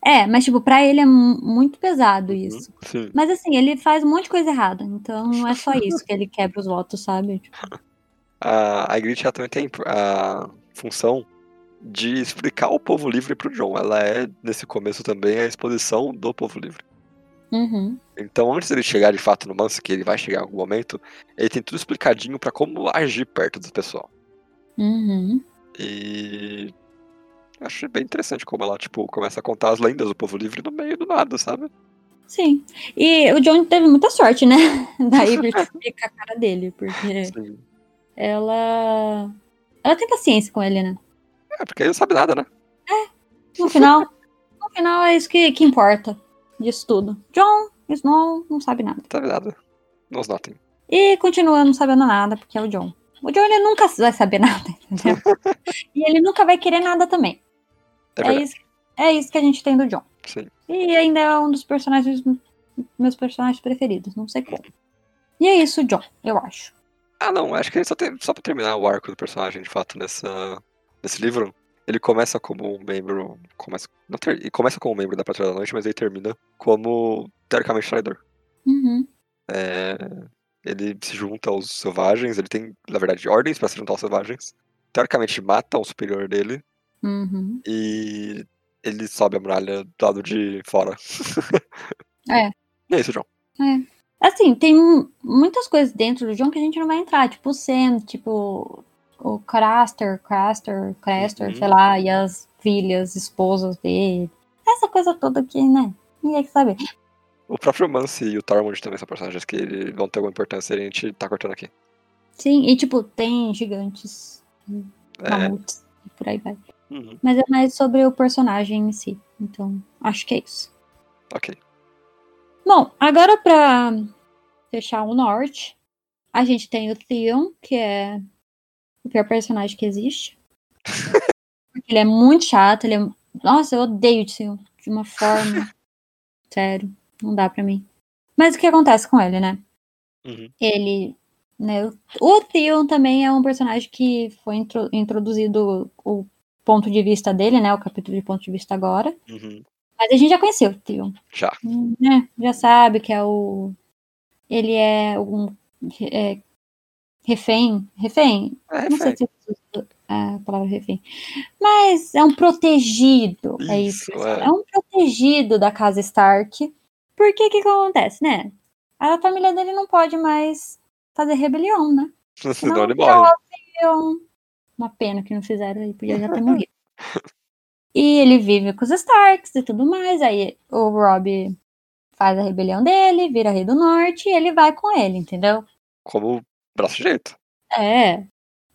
Speaker 1: É, mas, tipo, pra ele é mu- muito pesado
Speaker 2: Uhum.
Speaker 1: isso.
Speaker 2: Sim.
Speaker 1: Mas, assim, ele faz um monte de coisa errada. Então, não é só isso que ele quebra os votos, sabe? Tipo,
Speaker 2: A, a Grit ela também tem a função de explicar o povo livre pro John. Ela é, nesse começo também, a exposição do povo livre.
Speaker 1: uhum.
Speaker 2: Então, antes dele chegar de fato no Manso, que ele vai chegar em algum momento, ele tem tudo explicadinho pra como agir perto do pessoal.
Speaker 1: Uhum.
Speaker 2: E. eu Acho bem interessante como ela, tipo, começa a contar as lendas do povo livre no meio do nada, sabe?
Speaker 1: Sim. E o John teve muita sorte, né? Daí fica a cara dele, porque
Speaker 2: Sim.
Speaker 1: ela. Ela tem paciência com ele, né?
Speaker 2: É, porque ele não sabe nada, né?
Speaker 1: No final, no final é isso que, que importa disso tudo. John Snow não sabe nada.
Speaker 2: Não sabe nada. Nos notem.
Speaker 1: E continua não sabendo nada, porque é o John. O John ele nunca vai saber nada, entendeu? e ele nunca vai querer nada também.
Speaker 2: É
Speaker 1: É
Speaker 2: verdade.
Speaker 1: isso, é isso que a gente tem do John.
Speaker 2: Sim.
Speaker 1: E ainda é um dos personagens meus personagens preferidos, não sei como. E é isso, John, eu acho.
Speaker 2: Ah, não, acho que só, tem, só pra terminar o arco do personagem, de fato, nessa, nesse livro, ele começa como um membro. Começa, não ter, ele começa como um membro da Patrulha da Noite, mas ele termina como teoricamente traidor.
Speaker 1: Uhum.
Speaker 2: É, ele se junta aos selvagens, ele tem, na verdade, ordens pra se juntar aos selvagens. Teoricamente mata um superior dele
Speaker 1: Uhum.
Speaker 2: e ele sobe a muralha do lado de fora.
Speaker 1: É.
Speaker 2: E é isso, John.
Speaker 1: Assim, tem m- muitas coisas dentro do John que a gente não vai entrar, tipo o Sam, tipo o Craster, Craster, Craster,
Speaker 2: Uhum.
Speaker 1: sei lá, e as filhas, esposas dele. Essa coisa toda que, né? Ninguém quer saber.
Speaker 2: O próprio Mance e o Tormund também são personagens que ele- vão ter alguma importância e a gente tá cortando aqui.
Speaker 1: Sim, e tipo, tem gigantes,
Speaker 2: É.
Speaker 1: mamutes, e por aí vai.
Speaker 2: Uhum,
Speaker 1: Mas é mais sobre o personagem em si. Então, acho que é isso.
Speaker 2: ok.
Speaker 1: Bom, agora pra fechar o norte, a gente tem o Theon, que é o pior personagem que existe. Porque ele é muito chato, ele é... Nossa, eu odeio o Theon de uma forma. Sério, não dá pra mim. Mas o que acontece com ele, né?
Speaker 2: Uhum.
Speaker 1: Ele. Né, o- o Theon também é um personagem que foi intro- introduzido o ponto de vista dele, né? O capítulo de ponto de vista agora.
Speaker 2: Uhum.
Speaker 1: Mas a gente já conheceu o Theon
Speaker 2: Já.
Speaker 1: né, já sabe que é o. Ele é um é, refém. Refém?
Speaker 2: É,
Speaker 1: Não sei
Speaker 2: refém.
Speaker 1: se eu uso a palavra refém. Mas é um protegido. é isso.
Speaker 2: Isso, é.
Speaker 1: É um protegido da casa Stark. Porque o que, que acontece, né? A família dele não pode mais fazer rebelião, né?
Speaker 2: Senão ele
Speaker 1: já
Speaker 2: morre.
Speaker 1: havia um- Uma pena que não fizeram aí, podia já ter morrido. E ele vive com os Starks e tudo mais. Aí o Rob faz a rebelião dele, vira rei do norte e ele vai com ele, entendeu?
Speaker 2: Como braço direito.
Speaker 1: É.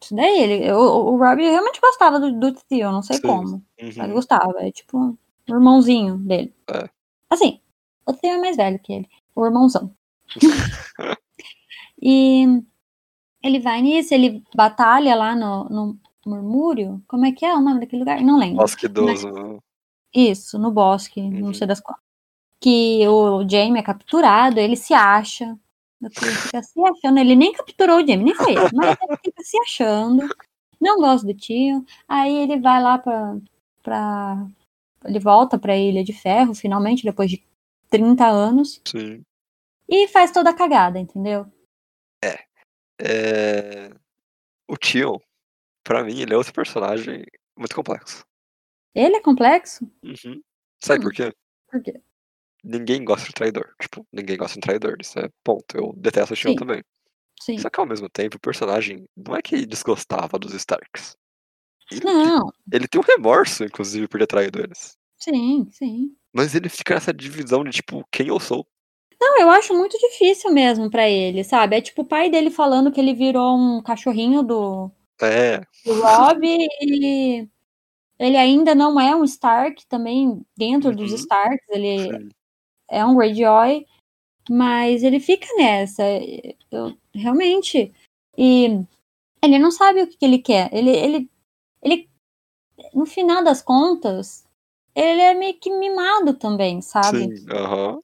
Speaker 1: Isso daí, ele, o, o Rob realmente gostava do, do Tio, não sei
Speaker 2: Sim.
Speaker 1: como. Mas
Speaker 2: Uhum.
Speaker 1: gostava, é tipo um irmãozinho dele.
Speaker 2: É.
Speaker 1: Assim, o Theo é mais velho que ele, o irmãozão. e ele vai nisso, ele batalha lá no, no Murmúrio. Como é que é o nome daquele lugar? Não lembro.
Speaker 2: Nossa, que idoso.
Speaker 1: Isso, no bosque,
Speaker 2: Uhum.
Speaker 1: não sei das quantas. Que o Jamie é capturado, ele se acha. O Theo fica se achando. Ele nem capturou o Jamie, nem foi ele. Mas ele fica se achando. Não gosta do tio. Aí ele vai lá pra. pra... Ele volta pra Ilha de Ferro, finalmente, depois de 30 anos.
Speaker 2: Sim.
Speaker 1: E faz toda a cagada, entendeu?
Speaker 2: É, O Tion, pra mim, ele é outro personagem muito complexo.
Speaker 1: Ele é complexo?
Speaker 2: Uhum. Sabe
Speaker 1: Hum.
Speaker 2: por quê?
Speaker 1: Por quê?
Speaker 2: Ninguém gosta de traidor. Tipo, ninguém gosta de traidor. Isso é ponto. Eu detesto o Tion
Speaker 1: Sim.
Speaker 2: também.
Speaker 1: Sim.
Speaker 2: Só que ao mesmo tempo, o personagem não é que desgostava dos Starks. Ele,
Speaker 1: Não,
Speaker 2: ele tem um remorso, inclusive, por ter traído eles.
Speaker 1: sim, sim.
Speaker 2: Mas ele fica nessa divisão de, tipo, quem eu sou.
Speaker 1: Não, Ah, eu acho muito difícil mesmo pra ele, sabe? É tipo o pai dele falando que ele virou um cachorrinho do,
Speaker 2: É,
Speaker 1: do Rob e ele ainda não é um Stark também dentro dos
Speaker 2: Uhum.
Speaker 1: Starks, ele
Speaker 2: sim.
Speaker 1: é um Greyjoy, mas ele fica nessa, e- eu- realmente. E ele não sabe o que que ele quer. Ele, ele, ele, no final das contas, ele é meio que mimado também, sabe?
Speaker 2: Sim, aham.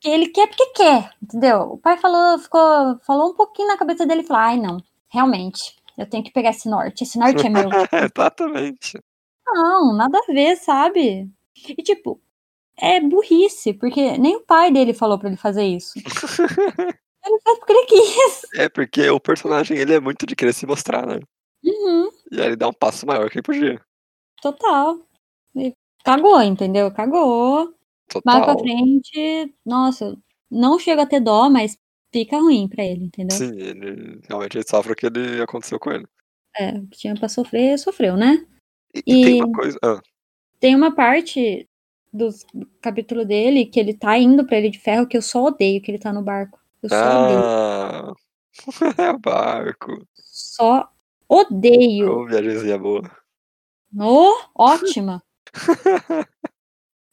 Speaker 1: que ele quer porque quer, entendeu? O pai falou, ficou, falou um pouquinho na cabeça dele e falou: ai, não, realmente, eu tenho que pegar esse norte, esse norte é meu.
Speaker 2: Exatamente.
Speaker 1: não, nada a ver, sabe? E tipo, é burrice, porque nem o pai dele falou pra ele fazer isso. ele faz porque ele quis.
Speaker 2: É porque o personagem, ele é muito de querer se mostrar, né?
Speaker 1: Uhum,
Speaker 2: E aí ele dá um passo maior que ele podia.
Speaker 1: total. E Cagou, entendeu? Cagou. Vai pra
Speaker 2: Total.
Speaker 1: frente. Nossa, não chega a ter dó, mas fica ruim pra ele, entendeu?
Speaker 2: Sim, ele realmente ele sofre o que ele aconteceu com ele.
Speaker 1: É, o que tinha pra sofrer, sofreu, né?
Speaker 2: E, e tem
Speaker 1: E-
Speaker 2: uma coisa. Ah,
Speaker 1: Tem uma parte do capítulo dele que ele tá indo pra Ilha de Ferro que eu só odeio que ele tá no barco. Eu só odeio.
Speaker 2: Ah, é o barco.
Speaker 1: Só odeio.
Speaker 2: Ô, viagemzinha boa.
Speaker 1: No, ótima.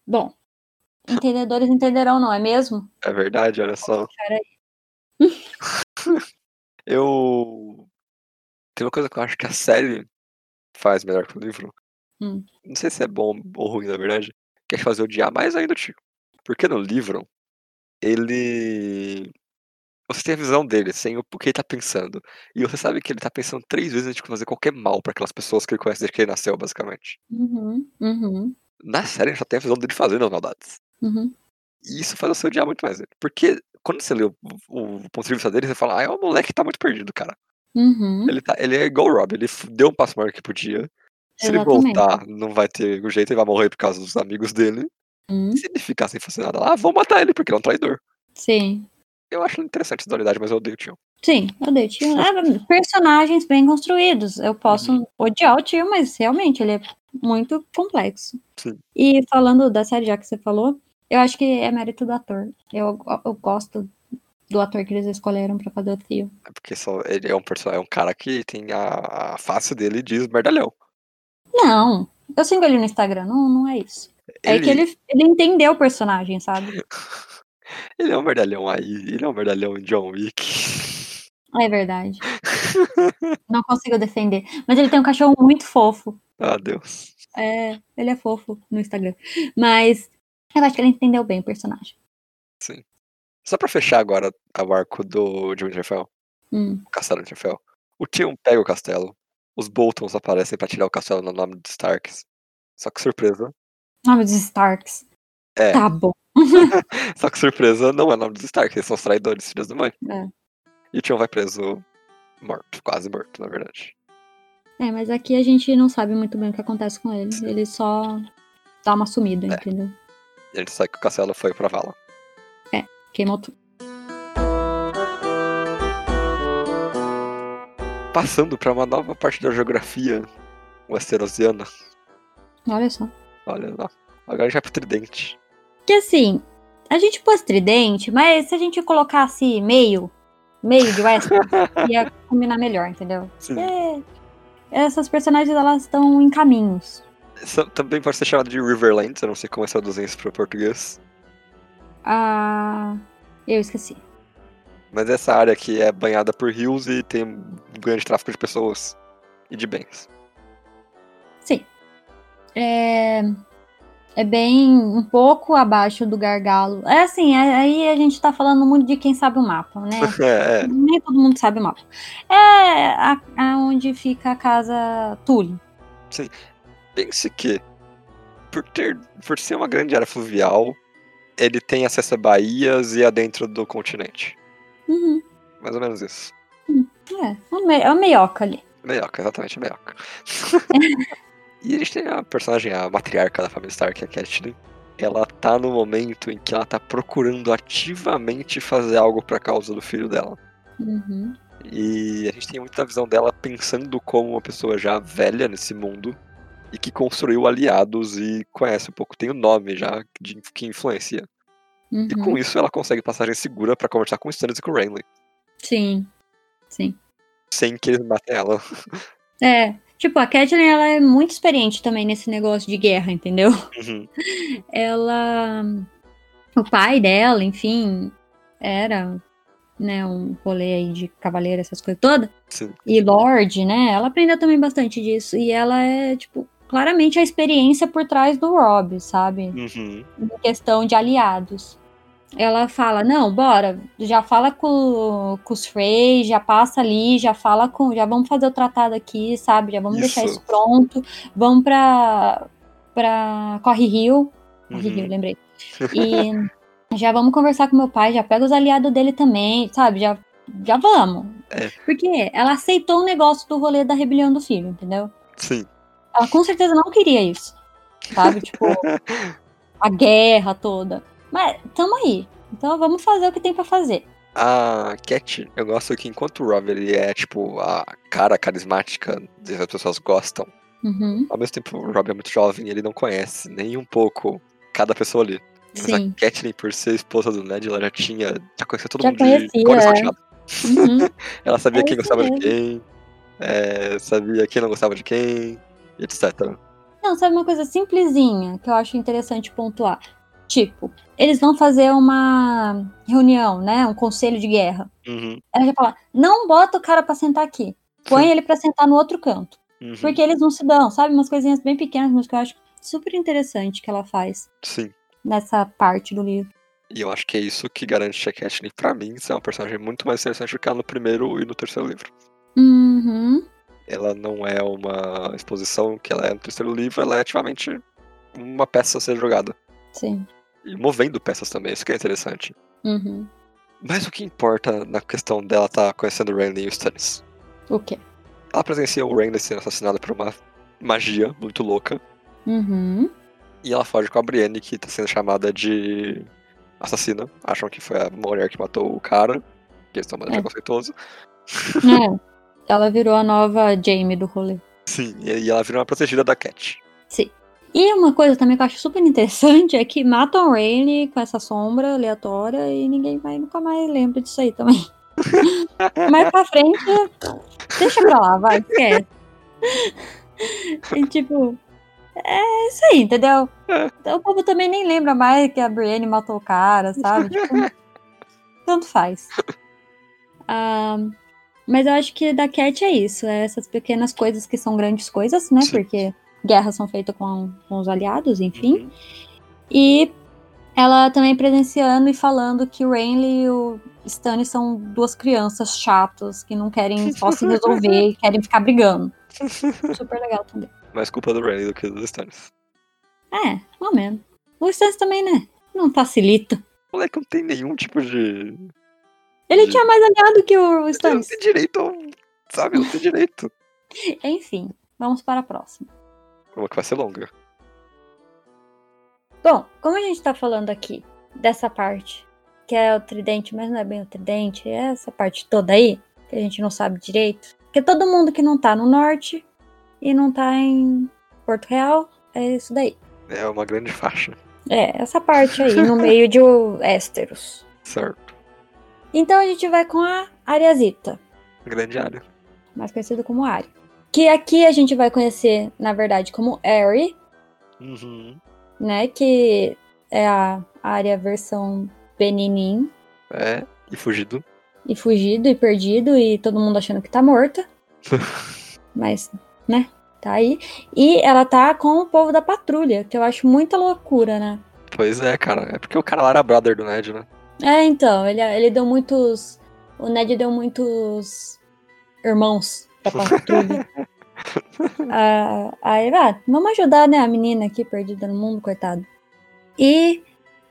Speaker 1: Bom, entendedores entenderão, não é mesmo?
Speaker 2: É verdade, olha só.
Speaker 1: Cara,
Speaker 2: Eu. Tem uma coisa que eu acho que a série faz melhor que o livro.
Speaker 1: Hum.
Speaker 2: Não é sei se é bom ou ruim, na verdade. Quer fazer odiar mais ainda o tio. Porque no livro, ele. Você tem a visão dele, sem o que ele tá pensando. E você sabe que ele tá pensando três vezes antes de fazer qualquer mal pra aquelas pessoas que ele conhece desde que ele nasceu, basicamente.
Speaker 1: Uhum, uhum,
Speaker 2: Na série, ele já tem a visão dele fazendo as maldades.
Speaker 1: uhum.
Speaker 2: E isso faz você odiar muito mais ele. Porque quando você lê o, o ponto de vista dele, você fala, ah, é um moleque que tá muito perdido, cara.
Speaker 1: Uhum.
Speaker 2: Ele, tá, ele é igual o Rob, ele f- deu um passo maior que podia. Se ele
Speaker 1: Exatamente.
Speaker 2: voltar, não vai ter o jeito, ele vai morrer por causa dos amigos dele.
Speaker 1: Uhum.
Speaker 2: E se ele ficar sem fazer nada lá, vão matar ele, porque ele é um traidor.
Speaker 1: Sim.
Speaker 2: Eu acho interessante essa dualidade, mas eu odeio o Tio.
Speaker 1: Sim, eu dei tio. É, personagens bem construídos. Eu posso odiar o tio, mas realmente ele é muito complexo.
Speaker 2: Sim.
Speaker 1: E falando da série, já que você falou, eu acho que é mérito do ator. Eu, eu gosto do ator que eles escolheram pra fazer o tio.
Speaker 2: É Porque só, ele é um personagem, é um cara que tem a, a face dele diz merdalhão.
Speaker 1: Não, eu sigo ele no Instagram, não, não é isso. É que ele, ele entendeu o personagem, sabe?
Speaker 2: ele é um merdalhão aí, ele é um merdalhão em John Wick.
Speaker 1: É verdade. não consigo defender. Mas ele tem um cachorro muito fofo.
Speaker 2: ah, Deus.
Speaker 1: É, ele é fofo no Instagram. Mas eu acho que ele entendeu bem o personagem.
Speaker 2: Só pra fechar agora o arco do Jimmy Jeffel,
Speaker 1: Hum.
Speaker 2: o castelo de Jeffel. O Tion pega o castelo, os Boltons aparecem pra tirar o castelo no nome dos Starks. Só que surpresa,
Speaker 1: Nome dos Ah, Starks.
Speaker 2: É.
Speaker 1: Tá bom.
Speaker 2: só que surpresa não é o nome dos Starks, eles são os traidores, filhas da mãe.
Speaker 1: É.
Speaker 2: E o Tion vai preso morto, quase morto, na verdade.
Speaker 1: É, mas aqui a gente não sabe muito bem o que acontece com ele. Ele só dá uma sumida,
Speaker 2: É.
Speaker 1: entendeu?
Speaker 2: E a gente sabe que o castelo foi pra vala.
Speaker 1: Queimou tudo.
Speaker 2: Passando pra uma nova parte da geografia westerosiana.
Speaker 1: Olha só.
Speaker 2: Olha lá. Agora a gente vai pro Tridente.
Speaker 1: Que assim, a gente pôs tridente, mas se a gente colocasse meio, meio de West, ia combinar melhor, entendeu? É, essas personagens, elas estão em caminhos.
Speaker 2: Sa- Também pode ser chamado de Riverlands, eu não sei como é traduzir isso pro português.
Speaker 1: Ah, eu esqueci.
Speaker 2: Mas essa área aqui é banhada por rios e tem um grande tráfico de pessoas e de bens.
Speaker 1: Sim. É, é bem um pouco abaixo do gargalo. É assim, é- aí a gente tá falando muito de quem sabe o mapa, né?
Speaker 2: É, é.
Speaker 1: Nem todo mundo sabe o mapa. É a, aonde fica a casa Tully.
Speaker 2: Pense que, por, ter, por ser uma grande área fluvial, ele tem acesso a baías e adentro do continente.
Speaker 1: Uhum.
Speaker 2: Mais ou menos isso.
Speaker 1: É, é me- é o meioca ali.
Speaker 2: Meioca, exatamente, a Meioca. e a gente tem a personagem, a matriarca da família Stark, a Catelyn. Ela tá no momento em que ela tá procurando ativamente fazer algo pra causa do filho dela.
Speaker 1: Uhum.
Speaker 2: E a gente tem muita visão dela pensando como uma pessoa já velha nesse mundo e que construiu aliados e conhece um pouco, tem o nome já de, que influencia. E
Speaker 1: uhum.
Speaker 2: com isso ela consegue passagem segura pra conversar com o Stannis e com o Renly,
Speaker 1: Sim, sim.
Speaker 2: sem que eles matem ela.
Speaker 1: É, tipo, a Catelyn, ela é muito experiente também nesse negócio de guerra, entendeu?
Speaker 2: Uhum.
Speaker 1: ela o pai dela, enfim, era né, um rolê aí de cavaleiro, essas coisas todas,
Speaker 2: Sim.
Speaker 1: e Lorde, né? Ela aprendeu também bastante disso e ela é tipo claramente a experiência por trás do Rob, sabe?
Speaker 2: Uhum.
Speaker 1: Em questão de aliados. Ela fala: "Não, bora, já fala com, com os Frey, já passa ali, já fala com, já vamos fazer o tratado aqui, sabe? Já vamos deixar
Speaker 2: Isso.
Speaker 1: isso pronto. Vamos pra para Corre Rio, Corre Rio,
Speaker 2: uhum.
Speaker 1: lembrei. E já vamos conversar com meu pai, já pega os aliados dele também, sabe? Já, já vamos.
Speaker 2: É.
Speaker 1: Porque ela aceitou o negócio do rolê da rebelião do filho, entendeu?
Speaker 2: Sim.
Speaker 1: Ela com certeza não queria isso. Sabe? Tipo, a guerra toda. Mas tamo aí. Então vamos fazer o que tem pra fazer.
Speaker 2: A Cat, eu gosto que enquanto o Rob ele é tipo a cara carismática que as pessoas gostam,
Speaker 1: Uhum,
Speaker 2: ao mesmo tempo o Rob é muito jovem ele não conhece nem um pouco cada pessoa ali. Mas
Speaker 1: Sim.
Speaker 2: a Catelyn, Tipo, por ser esposa do Ned, ela já tinha. Já conhecia todo
Speaker 1: Já
Speaker 2: mundo de cor
Speaker 1: conhecia, é.
Speaker 2: escoteada.
Speaker 1: Uhum.
Speaker 2: Ela sabia
Speaker 1: É
Speaker 2: quem
Speaker 1: isso
Speaker 2: gostava de
Speaker 1: mesmo.
Speaker 2: quem, é, sabia quem não gostava de quem, e etc.
Speaker 1: Não, sabe uma coisa simplesinha que eu acho interessante pontuar? Tipo, eles vão fazer uma reunião, né? Um conselho de guerra.
Speaker 2: Uhum.
Speaker 1: Ela já fala, não bota o cara pra sentar aqui. Põe
Speaker 2: Sim.
Speaker 1: ele pra sentar no outro canto.
Speaker 2: Uhum.
Speaker 1: Porque eles não se dão, sabe? Umas coisinhas bem pequenas, mas que eu acho super interessante que ela faz
Speaker 2: Sim.
Speaker 1: nessa parte do livro.
Speaker 2: E eu acho que é isso que garante a Catelyn pra mim ser uma personagem muito mais interessante do que ela no primeiro e no terceiro livro.
Speaker 1: Uhum.
Speaker 2: Ela não é uma exposição que ela é no terceiro livro, ela é ativamente uma peça a ser jogada.
Speaker 1: Sim.
Speaker 2: E movendo peças também, isso que é interessante.
Speaker 1: Uhum.
Speaker 2: Mas o que importa na questão dela tá conhecendo o Renly e o Stannis?
Speaker 1: O quê?
Speaker 2: Ela presencia o Renly sendo assassinado por uma magia muito louca.
Speaker 1: Uhum.
Speaker 2: E ela foge com a Brienne, que tá sendo chamada de assassina. Acham que foi a mulher que matou o cara. Que eles estão mandando
Speaker 1: É.
Speaker 2: preconceituoso.
Speaker 1: É. Ela virou a nova Jamie do rolê.
Speaker 2: Sim, e ela vira uma protegida da Cat.
Speaker 1: E uma coisa também que eu acho super interessante é que matam o Rainy com essa sombra aleatória e ninguém vai nunca mais lembra disso aí também. Mais pra frente, deixa pra lá, vai, esquece. E tipo, é isso aí, entendeu? Então, o povo também nem lembra mais que a Brienne matou o cara, sabe? Tipo, tanto faz. Ah, mas eu acho que da Cat é isso, é essas pequenas coisas que são grandes coisas, né?
Speaker 2: Sim.
Speaker 1: Porque guerras são feitas com, com os aliados,
Speaker 2: Uhum.
Speaker 1: enfim. E ela também presenciando e falando que o Renly e o Stannis são duas crianças chatas que não querem só se resolver e querem ficar brigando. Super legal também.
Speaker 2: Mais culpa do Renly do que dos Stannis.
Speaker 1: É, ao menos. O Stannis também, né? Não facilita.
Speaker 2: O moleque não tem nenhum tipo de.
Speaker 1: Ele
Speaker 2: Sim.
Speaker 1: tinha mais aliado que o
Speaker 2: Ele não
Speaker 1: Stannis.
Speaker 2: tem direito, ao- sabe? Não tem direito.
Speaker 1: Enfim, vamos para a próxima.
Speaker 2: Uma que vai ser longa.
Speaker 1: Bom, como a gente tá falando aqui dessa parte, que é o tridente, mas não é bem o tridente, é essa parte toda aí, que a gente não sabe direito. Porque todo mundo que não tá no norte e não tá em Porto Real, é isso daí.
Speaker 2: É uma grande faixa,
Speaker 1: É, essa parte aí, no meio de Ésteros.
Speaker 2: certo?
Speaker 1: Então a gente vai com a Ariazita.
Speaker 2: Grande área.
Speaker 1: mais conhecido como Ari. Que aqui a gente vai conhecer, na verdade, como Ari,
Speaker 2: Uhum.
Speaker 1: né? Que é a área versão Beninin
Speaker 2: É, e fugido.
Speaker 1: e fugido e perdido e todo mundo achando que tá morta. Mas, né? Tá aí. E ela tá com o povo da patrulha, que eu acho muita loucura, né?
Speaker 2: Pois é, cara. É porque o cara lá era brother do Ned, né?
Speaker 1: É, então, ele, ele deu muitos. O Ned deu muitos irmãos pra patrulha. ah, aí, ah, vamos ajudar, né, a menina aqui perdida no mundo, coitada. E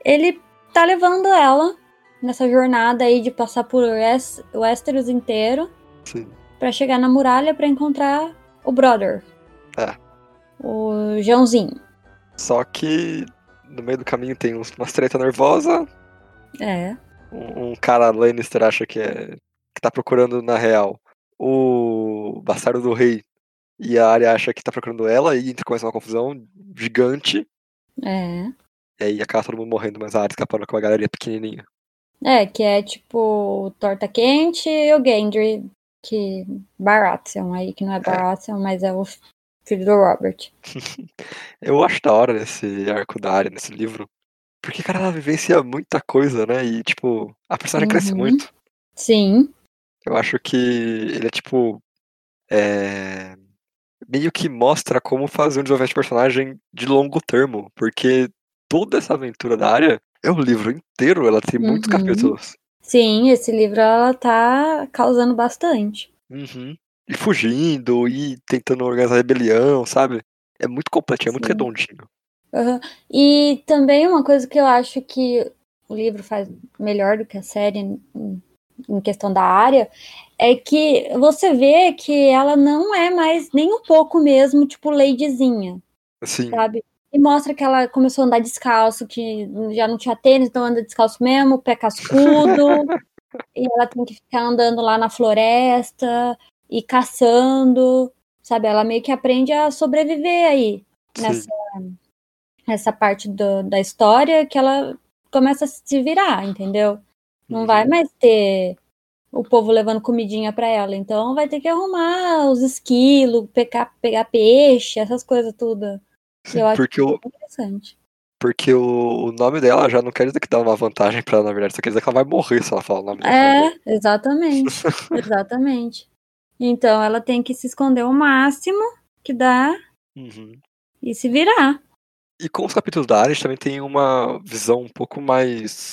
Speaker 1: ele tá levando ela nessa jornada aí de passar por West, Westeros inteiro
Speaker 2: Sim.
Speaker 1: pra chegar na muralha pra encontrar o brother.
Speaker 2: É.
Speaker 1: O Joãozinho.
Speaker 2: Só que no meio do caminho tem uns- umas treta nervosa.
Speaker 1: É.
Speaker 2: Um, um cara Lannister acha que é. que tá procurando na real o Bastardo do Rei. E a área acha que tá procurando ela e entra- começa uma confusão gigante.
Speaker 1: É.
Speaker 2: E aí acaba todo mundo morrendo, mas a área escapando com uma galeria pequenininha.
Speaker 1: É, que é tipo Torta Quente e o Gendry, que Baratheon aí, que não é Baratheon, mas é o f- filho do Robert.
Speaker 2: Eu acho da hora esse arco da área nesse livro. Porque, cara, ela vivencia muita coisa, né? E, tipo, a personagem cresce
Speaker 1: Uhum.
Speaker 2: muito.
Speaker 1: Sim,
Speaker 2: Eu acho que ele é tipo. é, Meio que mostra como fazer um desenvolvimento de personagem de longo termo. Porque toda essa aventura da área é um livro inteiro, ela tem muitos
Speaker 1: Uhum.
Speaker 2: capítulos.
Speaker 1: sim, esse livro ela tá causando bastante.
Speaker 2: Uhum. E fugindo, e tentando organizar rebelião, sabe? É muito completinho, é muito
Speaker 1: Sim.
Speaker 2: redondinho.
Speaker 1: Aham. E também uma coisa que eu acho que o livro faz melhor do que a série em, em questão da área é que você vê que ela não é mais nem um pouco mesmo, tipo, ladyzinha.
Speaker 2: Assim,
Speaker 1: sabe? E mostra que ela começou a andar descalço, que já não tinha tênis, então anda descalço mesmo, pé cascudo. e ela tem que ficar andando lá na floresta e caçando, sabe? Ela meio que aprende a sobreviver aí,
Speaker 2: sim.
Speaker 1: nessa, nessa parte do- da história, que ela começa a se virar, entendeu? Não vai
Speaker 2: Uhum.
Speaker 1: mais ter o povo levando comidinha pra ela. Então vai ter que arrumar os esquilos, pegar, pegar peixe, essas coisas tudo. E eu acho
Speaker 2: Porque o,
Speaker 1: que é interessante.
Speaker 2: porque o, o nome dela já não quer dizer que dá uma vantagem pra ela, na verdade. Só quer dizer que ela vai morrer se ela falar o nome dela.
Speaker 1: É, exatamente. Exatamente. Então ela tem que se esconder o máximo que dá
Speaker 2: Uhum.
Speaker 1: e se virar.
Speaker 2: E com os capítulos da área, a gente também tem uma visão um pouco mais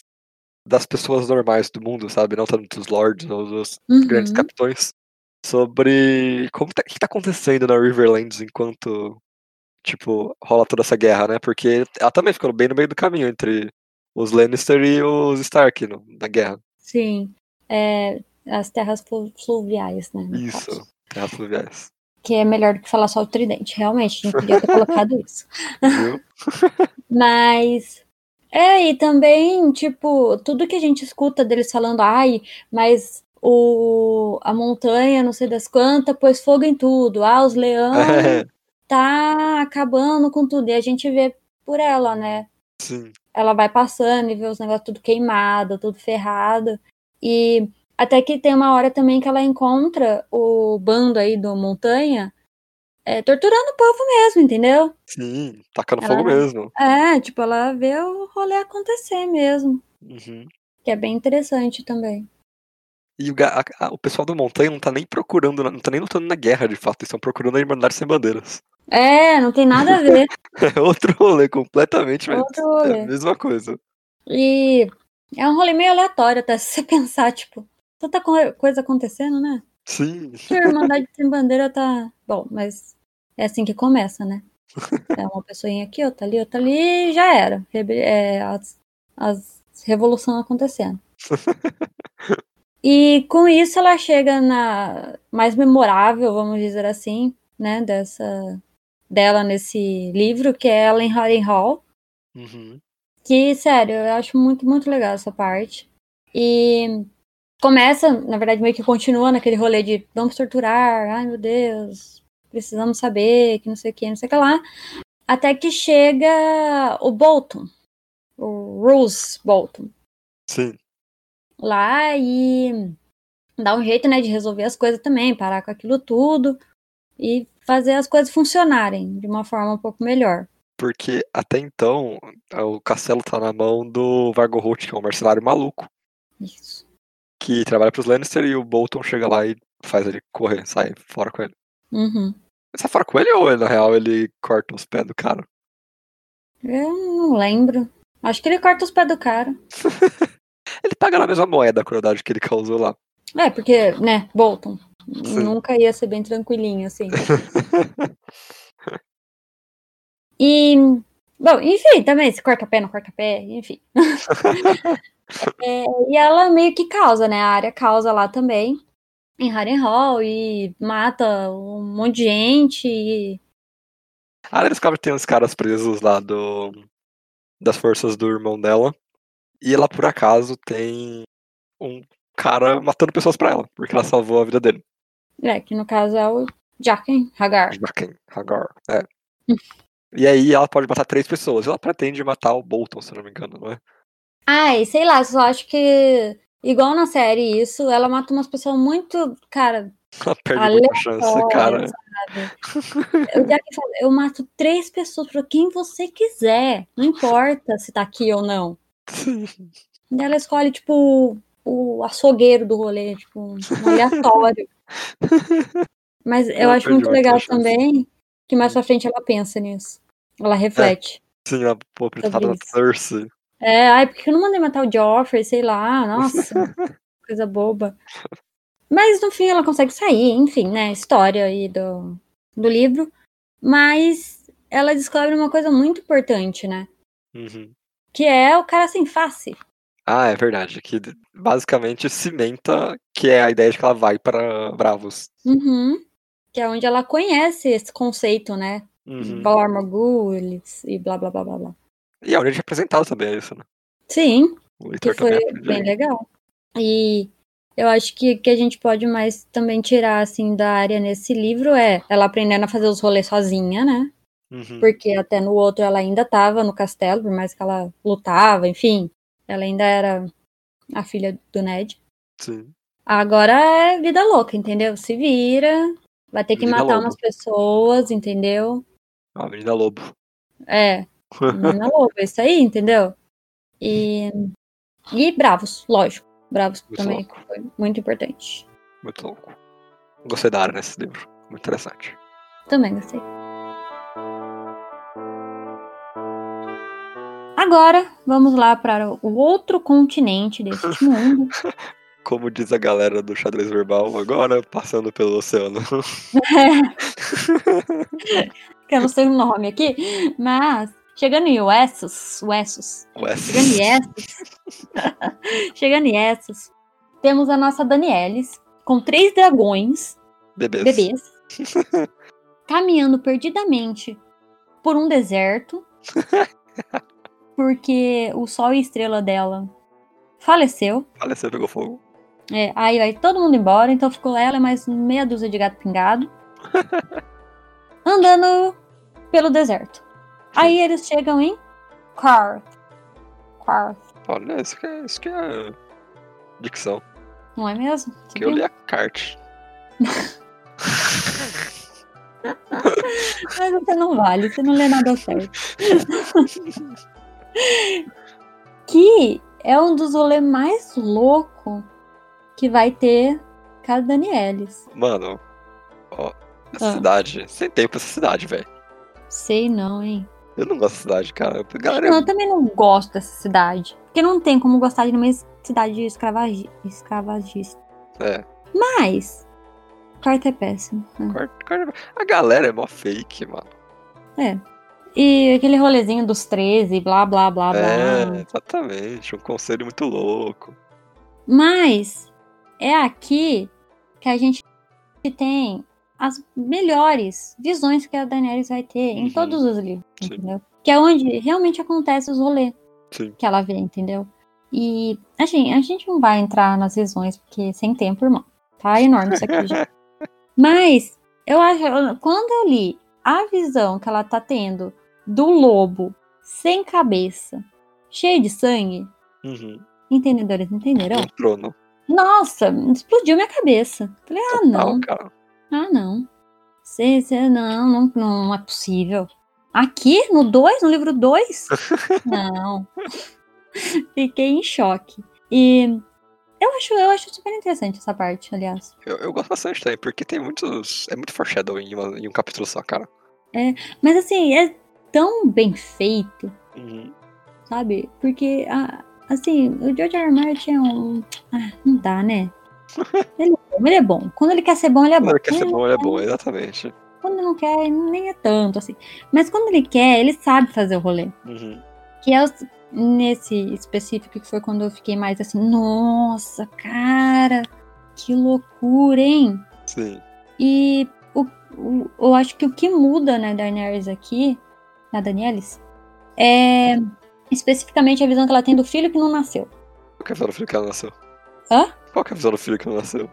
Speaker 2: das pessoas normais do mundo, sabe? Não tanto dos lords ou dos
Speaker 1: Uhum.
Speaker 2: grandes capitões. Sobre como tá, o que tá acontecendo na Riverlands enquanto, tipo, rola toda essa guerra, né? Porque ela também ficou bem no meio do caminho entre os Lannister e os Stark no- na guerra.
Speaker 1: Sim. É, as terras flu- fluviais, né? no
Speaker 2: Isso.
Speaker 1: caso.
Speaker 2: Terra fluviais.
Speaker 1: Que é melhor do que falar só o tridente, realmente, não podia ter colocado isso.
Speaker 2: Viu?
Speaker 1: Mas. É, e também, tipo, tudo que a gente escuta deles falando, ai, mas o, a montanha, não sei das quantas, pôs fogo em tudo. Ah, os leões
Speaker 2: É,
Speaker 1: tá acabando com tudo. E a gente vê por ela, né?
Speaker 2: sim.
Speaker 1: Ela vai passando e vê os negócios tudo queimado, tudo ferrado. E até que tem uma hora também que ela encontra o bando aí do montanha é, torturando o povo mesmo, entendeu?
Speaker 2: Sim. Tacando
Speaker 1: Ela-
Speaker 2: fogo mesmo.
Speaker 1: É, tipo, ela vê o rolê acontecer mesmo.
Speaker 2: Uhum.
Speaker 1: Que é bem interessante também.
Speaker 2: E o, ga- a- a- o pessoal do Montanha não tá nem procurando, não tá nem lutando na guerra, de fato. Eles estão procurando a Irmandade Sem Bandeiras.
Speaker 1: É, não tem nada a ver.
Speaker 2: É outro rolê completamente, mas
Speaker 1: Outro
Speaker 2: é a
Speaker 1: rolê.
Speaker 2: mesma coisa.
Speaker 1: E é um rolê meio aleatório, até se você pensar, tipo, tanta co- coisa acontecendo, né?
Speaker 2: Sim,
Speaker 1: Que a Irmandade Sem Bandeira tá. Bom, mas é assim que começa, né? É uma pessoinha aqui, outra ali, outra ali, e já era. Rebe- é, as, as revolução acontecendo. E com isso ela chega na mais memorável, vamos dizer assim, né, dessa dela nesse livro, que é Ellen Harry Hall,
Speaker 2: Uhum.
Speaker 1: que, sério, eu acho muito, muito legal essa parte. E começa, na verdade, meio que continua naquele rolê de vamos torturar, ai meu Deus, precisamos saber, que não sei o que, não sei o que lá. Até que chega o Bolton, o Rose Bolton,
Speaker 2: sim.
Speaker 1: lá e dá um jeito, né, de resolver as coisas também, parar com aquilo tudo e fazer as coisas funcionarem de uma forma um pouco melhor.
Speaker 2: Porque até então o castelo tá na mão do Vargo Holt, que é um mercenário maluco,
Speaker 1: Isso.
Speaker 2: que trabalha pros Lannister e o Bolton chega lá e faz ele correr, sai fora com ele.
Speaker 1: Uhum.
Speaker 2: Sai fora com ele ou na real ele corta os pés do cara?
Speaker 1: Eu não lembro. Acho que ele corta os pés do cara.
Speaker 2: Ele paga na mesma moeda a crueldade que ele causou lá.
Speaker 1: É, porque, né, Bolton.
Speaker 2: Sim.
Speaker 1: Nunca ia ser bem tranquilinho, assim. E. Bom, enfim, também, se corta pé, não corta pé, enfim. É, e ela meio que causa, né? A área causa lá também, em Harrenhal, e mata um monte de gente. E...
Speaker 2: A área descobre que Ah, tem uns caras presos lá do das forças do irmão dela. E ela, por acaso, tem um cara matando pessoas pra ela, porque ela salvou a vida dele.
Speaker 1: É, que no caso é o Jaqen Hagar.
Speaker 2: Jaqen Hagar, é. E aí ela pode matar três pessoas. Ela pretende matar o Bolton, se eu não me engano, não é?
Speaker 1: Ai, sei lá, só acho que. Igual na série, isso, ela mata umas pessoas muito, cara,
Speaker 2: Ela perde muita chance, cara.
Speaker 1: aleatórias, sabe? Eu já que falei, eu mato três pessoas pra quem você quiser. Não importa se tá aqui ou não. E ela escolhe, tipo, o açougueiro do rolê, tipo, um aleatório. Mas eu
Speaker 2: Ela
Speaker 1: acho
Speaker 2: perde assim.
Speaker 1: muito
Speaker 2: muita
Speaker 1: legal
Speaker 2: chance.
Speaker 1: também que mais pra frente ela pensa nisso. Ela reflete.
Speaker 2: Sim, ela pô, apresentada
Speaker 1: Sobre
Speaker 2: na
Speaker 1: isso.
Speaker 2: Cersei.
Speaker 1: É, ai, por que eu não mandei matar o Joffrey, sei lá, nossa, coisa boba. Mas no fim ela consegue sair, enfim, né, história aí do, do livro. Mas ela descobre uma coisa muito importante, né?
Speaker 2: Uhum.
Speaker 1: Que é o cara sem face.
Speaker 2: Ah, é verdade. Que basicamente cimenta que é a ideia de que ela vai pra Bravos.
Speaker 1: Uhum. Que é onde ela conhece esse conceito, né?
Speaker 2: Uhum.
Speaker 1: Valar Morghulis e blá blá blá blá blá.
Speaker 2: E é onde a gente é apresentado também isso, né?
Speaker 1: Sim,
Speaker 2: O tá
Speaker 1: que
Speaker 2: leitor
Speaker 1: foi
Speaker 2: também aprende
Speaker 1: bem legal. E eu acho que que a gente pode mais também tirar assim da área nesse livro é ela aprendendo a fazer os rolês sozinha, né?
Speaker 2: Uhum.
Speaker 1: Porque até no outro ela ainda estava no castelo, por mais que ela lutava, enfim, ela ainda era a filha do Ned.
Speaker 2: Sim.
Speaker 1: Agora é vida louca, entendeu? Se vira, vai ter que
Speaker 2: Vida
Speaker 1: matar
Speaker 2: lobo.
Speaker 1: umas pessoas, entendeu?
Speaker 2: A Avenida Lobo.
Speaker 1: É, Menina lobo, é isso aí, entendeu? E, e bravos, lógico. Bravos
Speaker 2: Muito
Speaker 1: também
Speaker 2: louco.
Speaker 1: foi muito importante.
Speaker 2: Muito louco. Gostei da área nesse livro. Muito interessante.
Speaker 1: Também gostei. Agora, vamos lá para o outro continente deste mundo.
Speaker 2: Como diz a galera do xadrez verbal, agora passando pelo oceano.
Speaker 1: que eu não sei o nome aqui, mas chegando em Uessos, Uessos,
Speaker 2: Wes.
Speaker 1: chegando em Essos, chegando em Essos, temos a nossa Danielis com três dragões,
Speaker 2: Bebês.
Speaker 1: bebês, caminhando perdidamente por um deserto, porque o sol e a estrela dela faleceu.
Speaker 2: Olha, você pegou fogo.
Speaker 1: É, aí vai todo mundo embora, então ficou ela e mais meia dúzia de gato pingado. andando pelo deserto. Aí eles chegam em Carth. Carth,
Speaker 2: Olha, isso que é, isso que é dicção.
Speaker 1: não é mesmo?
Speaker 2: Que eu li a carte.
Speaker 1: Mas você não vale, você não lê nada certo. que é um dos rolês mais louco que vai ter Casa Danielis.
Speaker 2: Mano, ó, essa
Speaker 1: Ah.
Speaker 2: cidade. Sem tempo essa cidade, velho.
Speaker 1: Sei não, hein?
Speaker 2: Eu não gosto da cidade, cara. Galera,
Speaker 1: Não, eu também não gosto dessa cidade. Porque não tem como gostar de uma cidade escravagi- escravagista.
Speaker 2: É.
Speaker 1: Mas, Carta é péssimo. né?
Speaker 2: Corta- corta- A galera é mó fake, mano.
Speaker 1: E aquele rolezinho dos 13, blá blá blá
Speaker 2: é,
Speaker 1: blá.
Speaker 2: exatamente. Um conselho muito louco.
Speaker 1: Mas é aqui que a gente tem as melhores visões que a Daenerys vai ter em
Speaker 2: Uhum.
Speaker 1: todos os livros,
Speaker 2: Sim.
Speaker 1: entendeu? Que é onde realmente acontece os rolês
Speaker 2: Sim.
Speaker 1: que ela vê, entendeu? E assim, a gente não vai entrar nas visões, porque sem tempo, irmão. Tá enorme isso aqui já. Mas eu acho, eu- quando eu li a visão que ela tá tendo do lobo sem cabeça, cheio de sangue,
Speaker 2: Uhum.
Speaker 1: entendedores entenderão?
Speaker 2: Um trono.
Speaker 1: Nossa, explodiu minha cabeça. Falei, ah, não,
Speaker 2: Total, cara.
Speaker 1: ah, não. Cê, cê, não, não, não é possível. Aqui, no 2, no livro 2? não. Fiquei em choque. E eu acho, eu acho super interessante essa parte, aliás.
Speaker 2: Eu, eu gosto bastante também, porque tem muitos. É muito foreshadowing em, uma- em um capítulo só, cara.
Speaker 1: Mas assim, é tão bem feito,
Speaker 2: Uhum.
Speaker 1: sabe? Porque, ah, assim, o George R. R. Martin é um... Ah, não dá, né? Ele é bom, ele é bom. Quando ele quer ser bom, ele é bom. Uhum.
Speaker 2: Quando ele quer ser
Speaker 1: Ele-
Speaker 2: bom, ele é bom, exatamente.
Speaker 1: Quando não quer, nem é tanto, assim. Mas quando ele quer, ele sabe fazer o rolê.
Speaker 2: Uhum.
Speaker 1: Que é os- nesse específico que foi quando eu fiquei mais assim, nossa, cara, que loucura, hein?
Speaker 2: Sim.
Speaker 1: E o, o- eu acho que o que muda na Daenerys aqui, na Danielis, é especificamente a visão que ela tem do filho que não nasceu.
Speaker 2: Qual que é a visão do filho que ela nasceu?
Speaker 1: Hã?
Speaker 2: Qual que é a visão do filho que ela nasceu?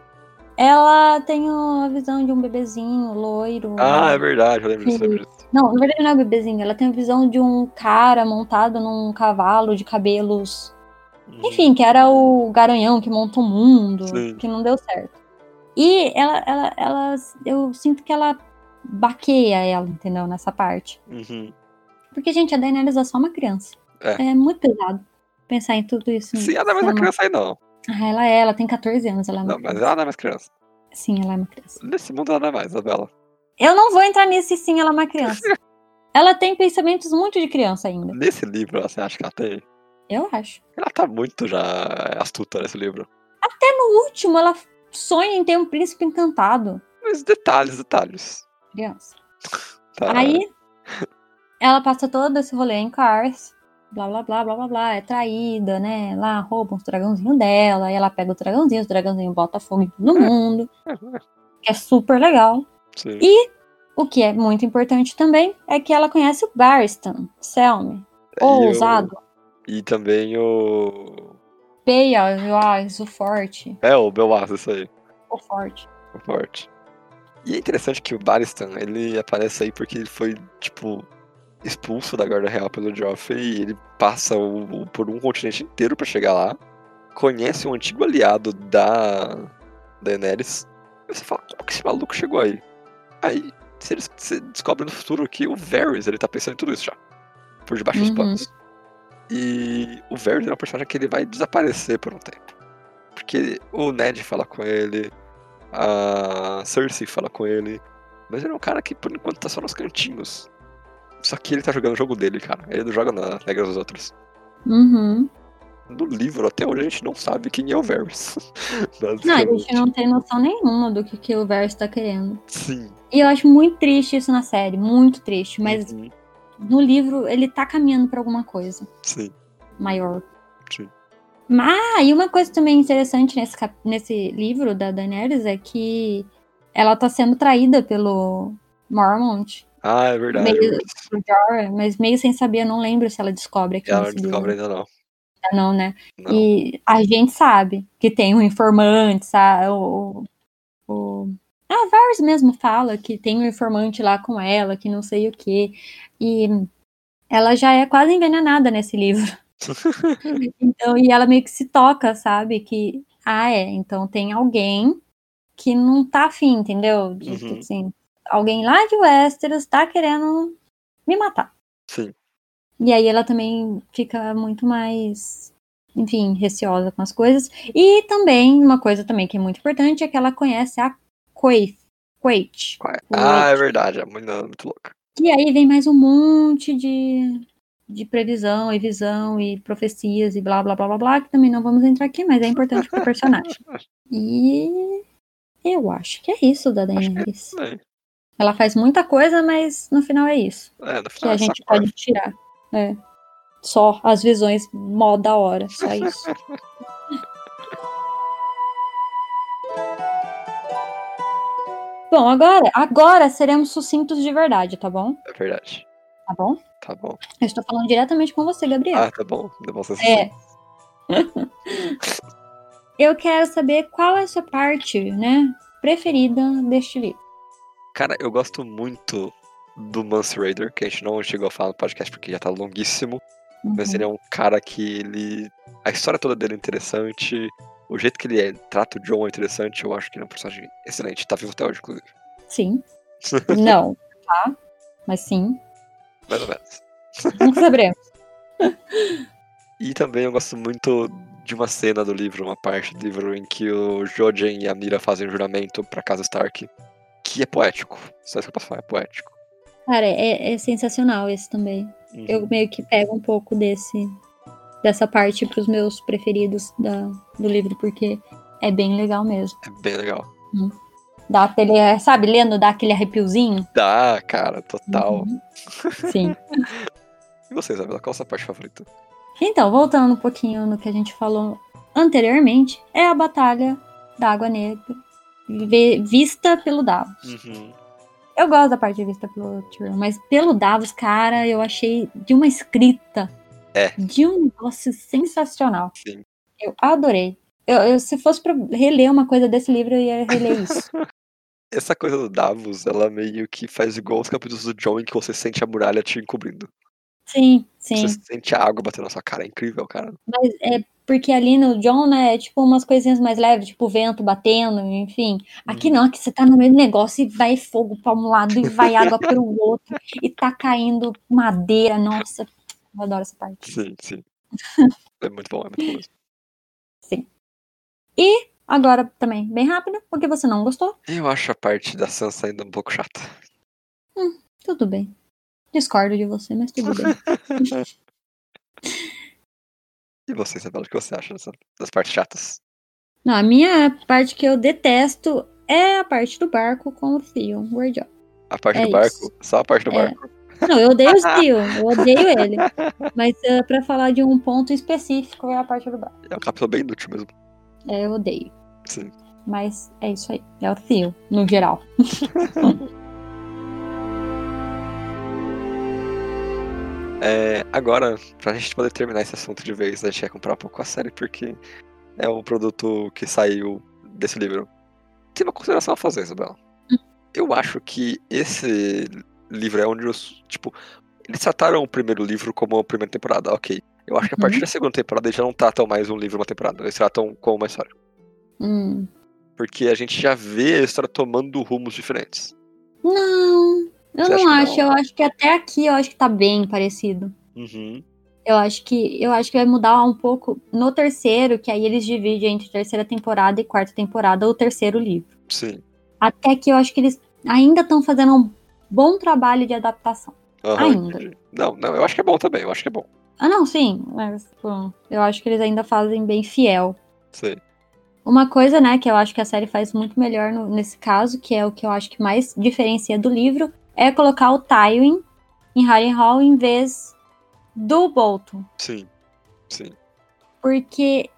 Speaker 1: Ela tem a visão de um bebezinho loiro.
Speaker 2: Ah, é verdade, eu lembro disso,
Speaker 1: Sim.
Speaker 2: lembro disso.
Speaker 1: Não, na verdade não é bebezinho. Ela tem a visão de um cara montado num cavalo de cabelos.
Speaker 2: Uhum.
Speaker 1: Enfim, que era o garanhão que monta o mundo,
Speaker 2: Sim.
Speaker 1: que não deu certo. E ela, ela, ela, eu sinto que ela baqueia ela, entendeu? Nessa parte.
Speaker 2: Uhum.
Speaker 1: Porque, gente, a Daenerys é só uma criança.
Speaker 2: É.
Speaker 1: muito pesado pensar em tudo isso.
Speaker 2: Sim, ela não é mais
Speaker 1: sendo
Speaker 2: uma
Speaker 1: uma-
Speaker 2: criança aí, não.
Speaker 1: Ah, ela é, ela tem 14 anos, ela é uma
Speaker 2: Não, mas
Speaker 1: criança.
Speaker 2: ela não é mais criança.
Speaker 1: Sim, ela é uma criança.
Speaker 2: Nesse mundo ela não é mais, a Bela.
Speaker 1: Eu não vou entrar nesse sim, ela é uma criança. ela tem pensamentos muito de criança ainda.
Speaker 2: Nesse livro, você acha que ela tem?
Speaker 1: Eu acho.
Speaker 2: Ela tá muito já é, astuta nesse livro.
Speaker 1: No último, ela sonha em ter um príncipe encantado.
Speaker 2: Mas detalhes, detalhes.
Speaker 1: Criança.
Speaker 2: Tá.
Speaker 1: Aí, ela passa todo esse rolê em Cars. Blá, blá, blá, blá, blá, blá. É traída, né? Lá roubam os dragãozinhos dela. Aí ela pega o dragãozinho, os dragãozinhos bota fogo em todo mundo. Que é super legal.
Speaker 2: Sim.
Speaker 1: E- O que é muito importante também é que ela conhece o Barstan, Selmy,
Speaker 2: E o-
Speaker 1: ousado,
Speaker 2: E também o.
Speaker 1: Beowulf, o forte,
Speaker 2: É, o Belmas, isso aí.
Speaker 1: o forte.
Speaker 2: O forte. E é interessante que o Baristan, ele aparece aí porque ele foi, tipo, expulso da Guarda Real pelo Joffrey e ele passa o- o- por um continente inteiro pra chegar lá. Conhece um antigo aliado da Daenerys. E você fala, como que esse maluco chegou aí? Aí você des- você descobre no futuro que o Varys, ele tá pensando em tudo isso já. Por debaixo dos
Speaker 1: Uhum.
Speaker 2: panos. E o Varys é um personagem que ele vai desaparecer por um tempo. Porque o Ned fala com ele, a Cersei fala com ele. Mas ele é um cara que por enquanto tá só nos cantinhos. Só que ele tá jogando o jogo dele, cara. Ele não joga na regra dos outros.
Speaker 1: Uhum.
Speaker 2: No livro, até hoje a gente não sabe quem é o Varys.
Speaker 1: Não, a gente não tem noção nenhuma do que, que o Varys tá querendo.
Speaker 2: Sim.
Speaker 1: E eu acho muito triste isso na série, muito triste. Mas
Speaker 2: Uhum,
Speaker 1: no livro ele tá caminhando pra alguma coisa
Speaker 2: Sim,
Speaker 1: maior.
Speaker 2: sim.
Speaker 1: Ah, e uma coisa também interessante nesse, cap- nesse livro da Daenerys é que ela tá sendo traída pelo Mormont,
Speaker 2: Ah, é verdade. é
Speaker 1: Meio-
Speaker 2: verdade.
Speaker 1: pelo Jorah, mas meio sem saber, eu não lembro se ela descobre aqui
Speaker 2: Ela Ah, não
Speaker 1: nesse
Speaker 2: descobre
Speaker 1: livro.
Speaker 2: ainda não.
Speaker 1: Não, né?
Speaker 2: Não.
Speaker 1: E a gente sabe que tem um informante, sabe? O, o, o... Ah, Varys mesmo fala que tem um informante lá com ela, que não sei o quê. E ela já é quase envenenada nesse livro. então, e ela meio que se toca, sabe? Que, ah, é, então tem alguém que não tá afim, entendeu? De-
Speaker 2: Uhum.
Speaker 1: assim, alguém lá de Westeros tá querendo me matar.
Speaker 2: Sim.
Speaker 1: E aí ela também fica muito mais, enfim, receosa com as coisas. E também, uma coisa também que é muito importante é que ela conhece a Quaith. Quaith.
Speaker 2: Qual é?
Speaker 1: O
Speaker 2: Ah, é
Speaker 1: outro.
Speaker 2: verdade. A menina é muito louca.
Speaker 1: E aí vem mais um monte de, de previsão e visão e profecias e blá blá blá blá blá, que também não vamos entrar aqui, mas é importante pro personagem. E eu acho que é isso da Daenerys.
Speaker 2: Bem,
Speaker 1: Ela faz muita coisa, mas no final é isso
Speaker 2: É, no
Speaker 1: que
Speaker 2: final
Speaker 1: a
Speaker 2: é
Speaker 1: gente
Speaker 2: saco,
Speaker 1: pode tirar. É. Só as visões mó da hora, só isso. bom, agora, agora seremos sucintos de verdade, tá bom?
Speaker 2: É verdade.
Speaker 1: Tá bom?
Speaker 2: Tá bom.
Speaker 1: Eu estou falando diretamente com você, Gabriel.
Speaker 2: Ah, tá bom. Deu uma sensação.
Speaker 1: É. Eu quero saber qual é a sua parte, né, preferida deste livro.
Speaker 2: Cara, eu gosto muito do Mance Raider, que a gente não chegou a falar no podcast porque já tá longuíssimo.
Speaker 1: Uhum.
Speaker 2: Mas ele é um cara que ele. A história toda dele é interessante. O jeito que ele é- trata o John é interessante. Eu acho que ele é um personagem excelente. Tá vivo até hoje, inclusive.
Speaker 1: Sim. Não, tá? Mas sim.
Speaker 2: Mais ou menos.
Speaker 1: Nunca saberemos.
Speaker 2: E também eu gosto muito de uma cena do livro, uma parte do livro em que o Jojen e a Mira fazem um juramento pra casa Stark, que é poético. Só isso que eu posso falar, é poético.
Speaker 1: Cara, é, é sensacional esse também.
Speaker 2: Uhum.
Speaker 1: Eu meio que pego um pouco desse dessa parte pros meus preferidos da, do livro, porque é bem legal mesmo.
Speaker 2: É bem legal.
Speaker 1: Dá aquele, sabe, lendo, dá aquele arrepiozinho.
Speaker 2: Dá, cara, total.
Speaker 1: Uhum. Sim.
Speaker 2: E você, Isabela, qual a sua parte favorita?
Speaker 1: Então, voltando um pouquinho no que a gente falou anteriormente, é a Batalha da Água Negra, ve- vista pelo Davos.
Speaker 2: Uhum.
Speaker 1: Eu gosto da parte vista pelo Tyrion, mas pelo Davos, cara, eu achei de uma escrita.
Speaker 2: É.
Speaker 1: De um negócio sensacional.
Speaker 2: Sim.
Speaker 1: Eu adorei. Eu, eu- se fosse pra reler uma coisa desse livro, eu ia reler isso.
Speaker 2: Essa coisa do Davos, ela meio que faz igual os capítulos do John em que você sente a muralha te encobrindo.
Speaker 1: sim, sim.
Speaker 2: Você sente a água batendo na sua cara. É incrível, cara.
Speaker 1: Mas é porque ali no John, né, é tipo umas coisinhas mais leves, tipo vento batendo, enfim. Aqui não, aqui você tá no meio do negócio e vai fogo pra um lado e vai água pro outro e tá caindo madeira. Nossa, eu adoro essa parte.
Speaker 2: Sim, sim. é muito bom, é muito bom mesmo.
Speaker 1: Agora também, bem rápido, porque você não gostou,
Speaker 2: Eu acho a parte da Sansa ainda um pouco chata.
Speaker 1: tudo bem. Discordo de você, mas tudo bem.
Speaker 2: E você, Isabela, o que você acha dessa- das partes chatas?
Speaker 1: Não, a minha parte que eu detesto é a parte do barco com o Theon Greyjoy.
Speaker 2: A parte
Speaker 1: É
Speaker 2: do barco?
Speaker 1: isso.
Speaker 2: Só a parte do
Speaker 1: É.
Speaker 2: barco?
Speaker 1: Não, eu odeio o Theon, eu odeio ele. Mas eh, pra falar de um ponto específico é a parte do barco.
Speaker 2: É um capítulo bem inútil mesmo.
Speaker 1: É, eu odeio.
Speaker 2: Sim.
Speaker 1: Mas é isso aí, é o Theon, no geral.
Speaker 2: É, agora, pra gente poder terminar esse assunto de vez, a gente vai comprar um pouco a série, porque é um produto que saiu desse livro. Tem uma consideração a fazer, Isabela.
Speaker 1: Hum.
Speaker 2: Eu acho que esse livro é onde os. Tipo, eles trataram o primeiro livro como a primeira temporada, ok. Eu acho que a partir
Speaker 1: Uhum.
Speaker 2: da segunda temporada eles já não tratam mais um livro uma temporada, eles tratam como uma história.
Speaker 1: Hum.
Speaker 2: Porque a gente já vê a história tomando rumos diferentes.
Speaker 1: Não, eu
Speaker 2: Você acha
Speaker 1: não
Speaker 2: que
Speaker 1: acho.
Speaker 2: não?
Speaker 1: Eu acho que até aqui eu acho que tá bem parecido.
Speaker 2: Uhum.
Speaker 1: Eu acho que eu acho que vai mudar um pouco no terceiro, que aí eles dividem entre terceira temporada e quarta temporada, o terceiro livro.
Speaker 2: Sim.
Speaker 1: Até aqui eu acho que eles ainda estão fazendo um bom trabalho de adaptação.
Speaker 2: Aham,
Speaker 1: Ainda.
Speaker 2: entendi. Não, não, eu acho que é bom também, eu acho que é bom.
Speaker 1: Ah, não, sim. Mas, bom, eu acho que eles ainda fazem bem fiel.
Speaker 2: Sei.
Speaker 1: Uma coisa, né, que eu acho que a série faz muito melhor no- nesse caso, que é o que eu acho que mais diferencia do livro, é colocar o Tywin em Harrenhal em vez do Bolton.
Speaker 2: Sim. Sim.
Speaker 1: porque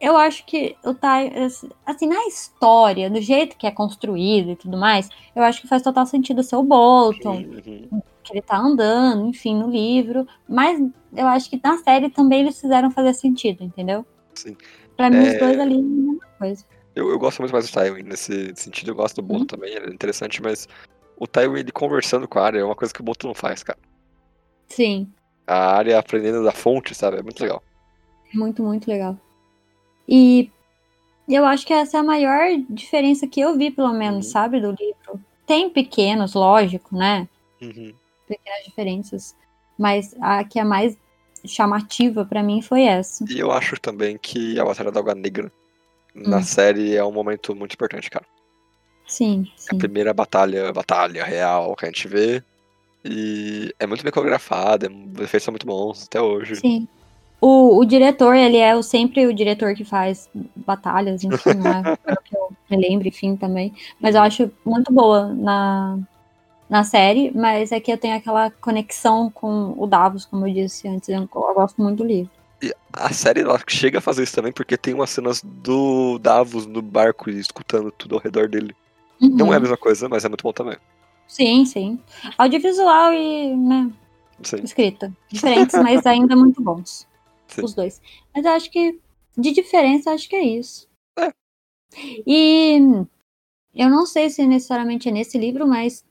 Speaker 1: eu acho que o Ty, assim, na história, do jeito que é construído e tudo mais, eu acho que faz total sentido ser o Bolton,
Speaker 2: Uhum.
Speaker 1: que ele tá andando, enfim, no livro, mas eu acho que na série também eles fizeram fazer sentido, entendeu?
Speaker 2: Sim.
Speaker 1: Pra mim, os
Speaker 2: É.
Speaker 1: dois ali é a mesma coisa.
Speaker 2: Eu, eu gosto muito mais do Tywin nesse sentido. Eu gosto do
Speaker 1: Uhum.
Speaker 2: Bolton também, ele é interessante, mas o Tywin ele conversando com a área é uma coisa que o Bolton não faz, cara.
Speaker 1: Sim,
Speaker 2: A área aprendendo da fonte, sabe? É muito legal.
Speaker 1: muito, muito legal. E eu acho que essa é a maior diferença que eu vi, pelo menos,
Speaker 2: Uhum.
Speaker 1: sabe, do livro. Tem pequenos, lógico, né?
Speaker 2: Uhum.
Speaker 1: pequenas diferenças, mas a que é mais chamativa pra mim foi essa.
Speaker 2: E eu acho também que a Batalha da Água Negra na
Speaker 1: Hum.
Speaker 2: série é um momento muito importante, cara.
Speaker 1: Sim,
Speaker 2: É a
Speaker 1: sim.
Speaker 2: primeira batalha, batalha real que a gente vê. E é muito bem coreografada, é um- os efeitos são muito bons até hoje.
Speaker 1: Sim. O, o diretor, ele é o, sempre o diretor que faz batalhas, enfim, não é? Pelo que eu me lembro, enfim, também. Mas eu acho muito boa na, na série, mas é que eu tenho aquela conexão com o Davos, como eu disse antes, eu, eu gosto muito do livro.
Speaker 2: A série ela chega a fazer isso também porque tem umas cenas do Davos no barco e escutando tudo ao redor dele. Não é a
Speaker 1: Uhum.
Speaker 2: mesma coisa, mas é muito bom também.
Speaker 1: Sim, sim. Audiovisual e, né,
Speaker 2: Sim,
Speaker 1: escrita. Diferentes, mas ainda muito bons.
Speaker 2: Sim.
Speaker 1: Os dois. Mas eu acho que, de diferença, eu acho que é isso.
Speaker 2: É.
Speaker 1: E eu não sei se necessariamente é nesse livro, mas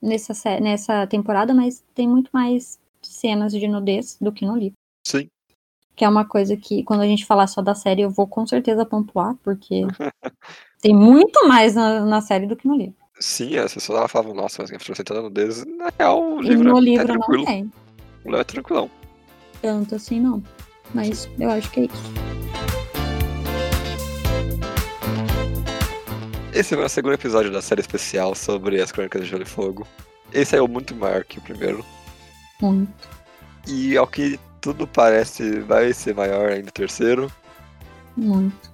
Speaker 1: nessa, sé- nessa temporada, mas tem muito mais cenas de nudez do que no livro.
Speaker 2: sim.
Speaker 1: Que é uma coisa que, quando a gente falar só da série, eu vou com certeza pontuar, porque tem muito mais na, na série do que no livro.
Speaker 2: Sim, as pessoas elas falavam, nossa, mas Game of Thrones tem tanta nudez. Na real, o
Speaker 1: E
Speaker 2: livro
Speaker 1: no
Speaker 2: é,
Speaker 1: livro
Speaker 2: é
Speaker 1: não
Speaker 2: tranquilo.
Speaker 1: tem.
Speaker 2: O livro é tranquilão.
Speaker 1: Tanto assim, não. Mas eu acho que é isso.
Speaker 2: Esse foi o segundo episódio da série especial sobre as Crônicas de Gelo e Fogo. Esse é o muito maior que o primeiro.
Speaker 1: Muito.
Speaker 2: E ao que tudo parece, vai ser maior ainda o terceiro.
Speaker 1: Muito.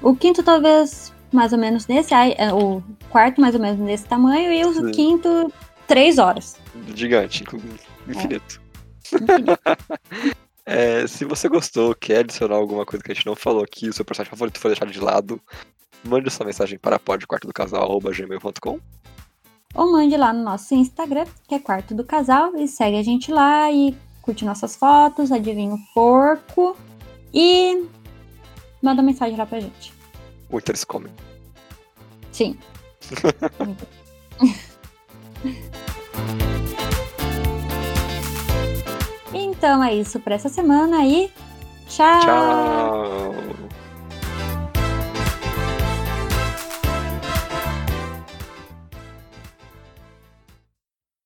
Speaker 1: o quinto, talvez, mais ou menos nesse. ai, é, O quarto, mais ou menos nesse tamanho. E o
Speaker 2: Sim.
Speaker 1: quinto, três horas.
Speaker 2: Gigante, inclu- infinito.
Speaker 1: Enfim,
Speaker 2: É, se você gostou, quer adicionar alguma coisa que a gente não falou aqui, o seu personagem favorito foi deixado de lado, mande sua mensagem para podquartodocasal.gmail.com.
Speaker 1: ou mande lá no nosso Instagram, que é quarto do casal. E segue a gente lá e curte nossas fotos, adivinha o porco. E manda mensagem lá pra gente.
Speaker 2: Ou então eles comem.
Speaker 1: Sim. então é isso pra essa semana e tchau. Ah.
Speaker 2: Tchau!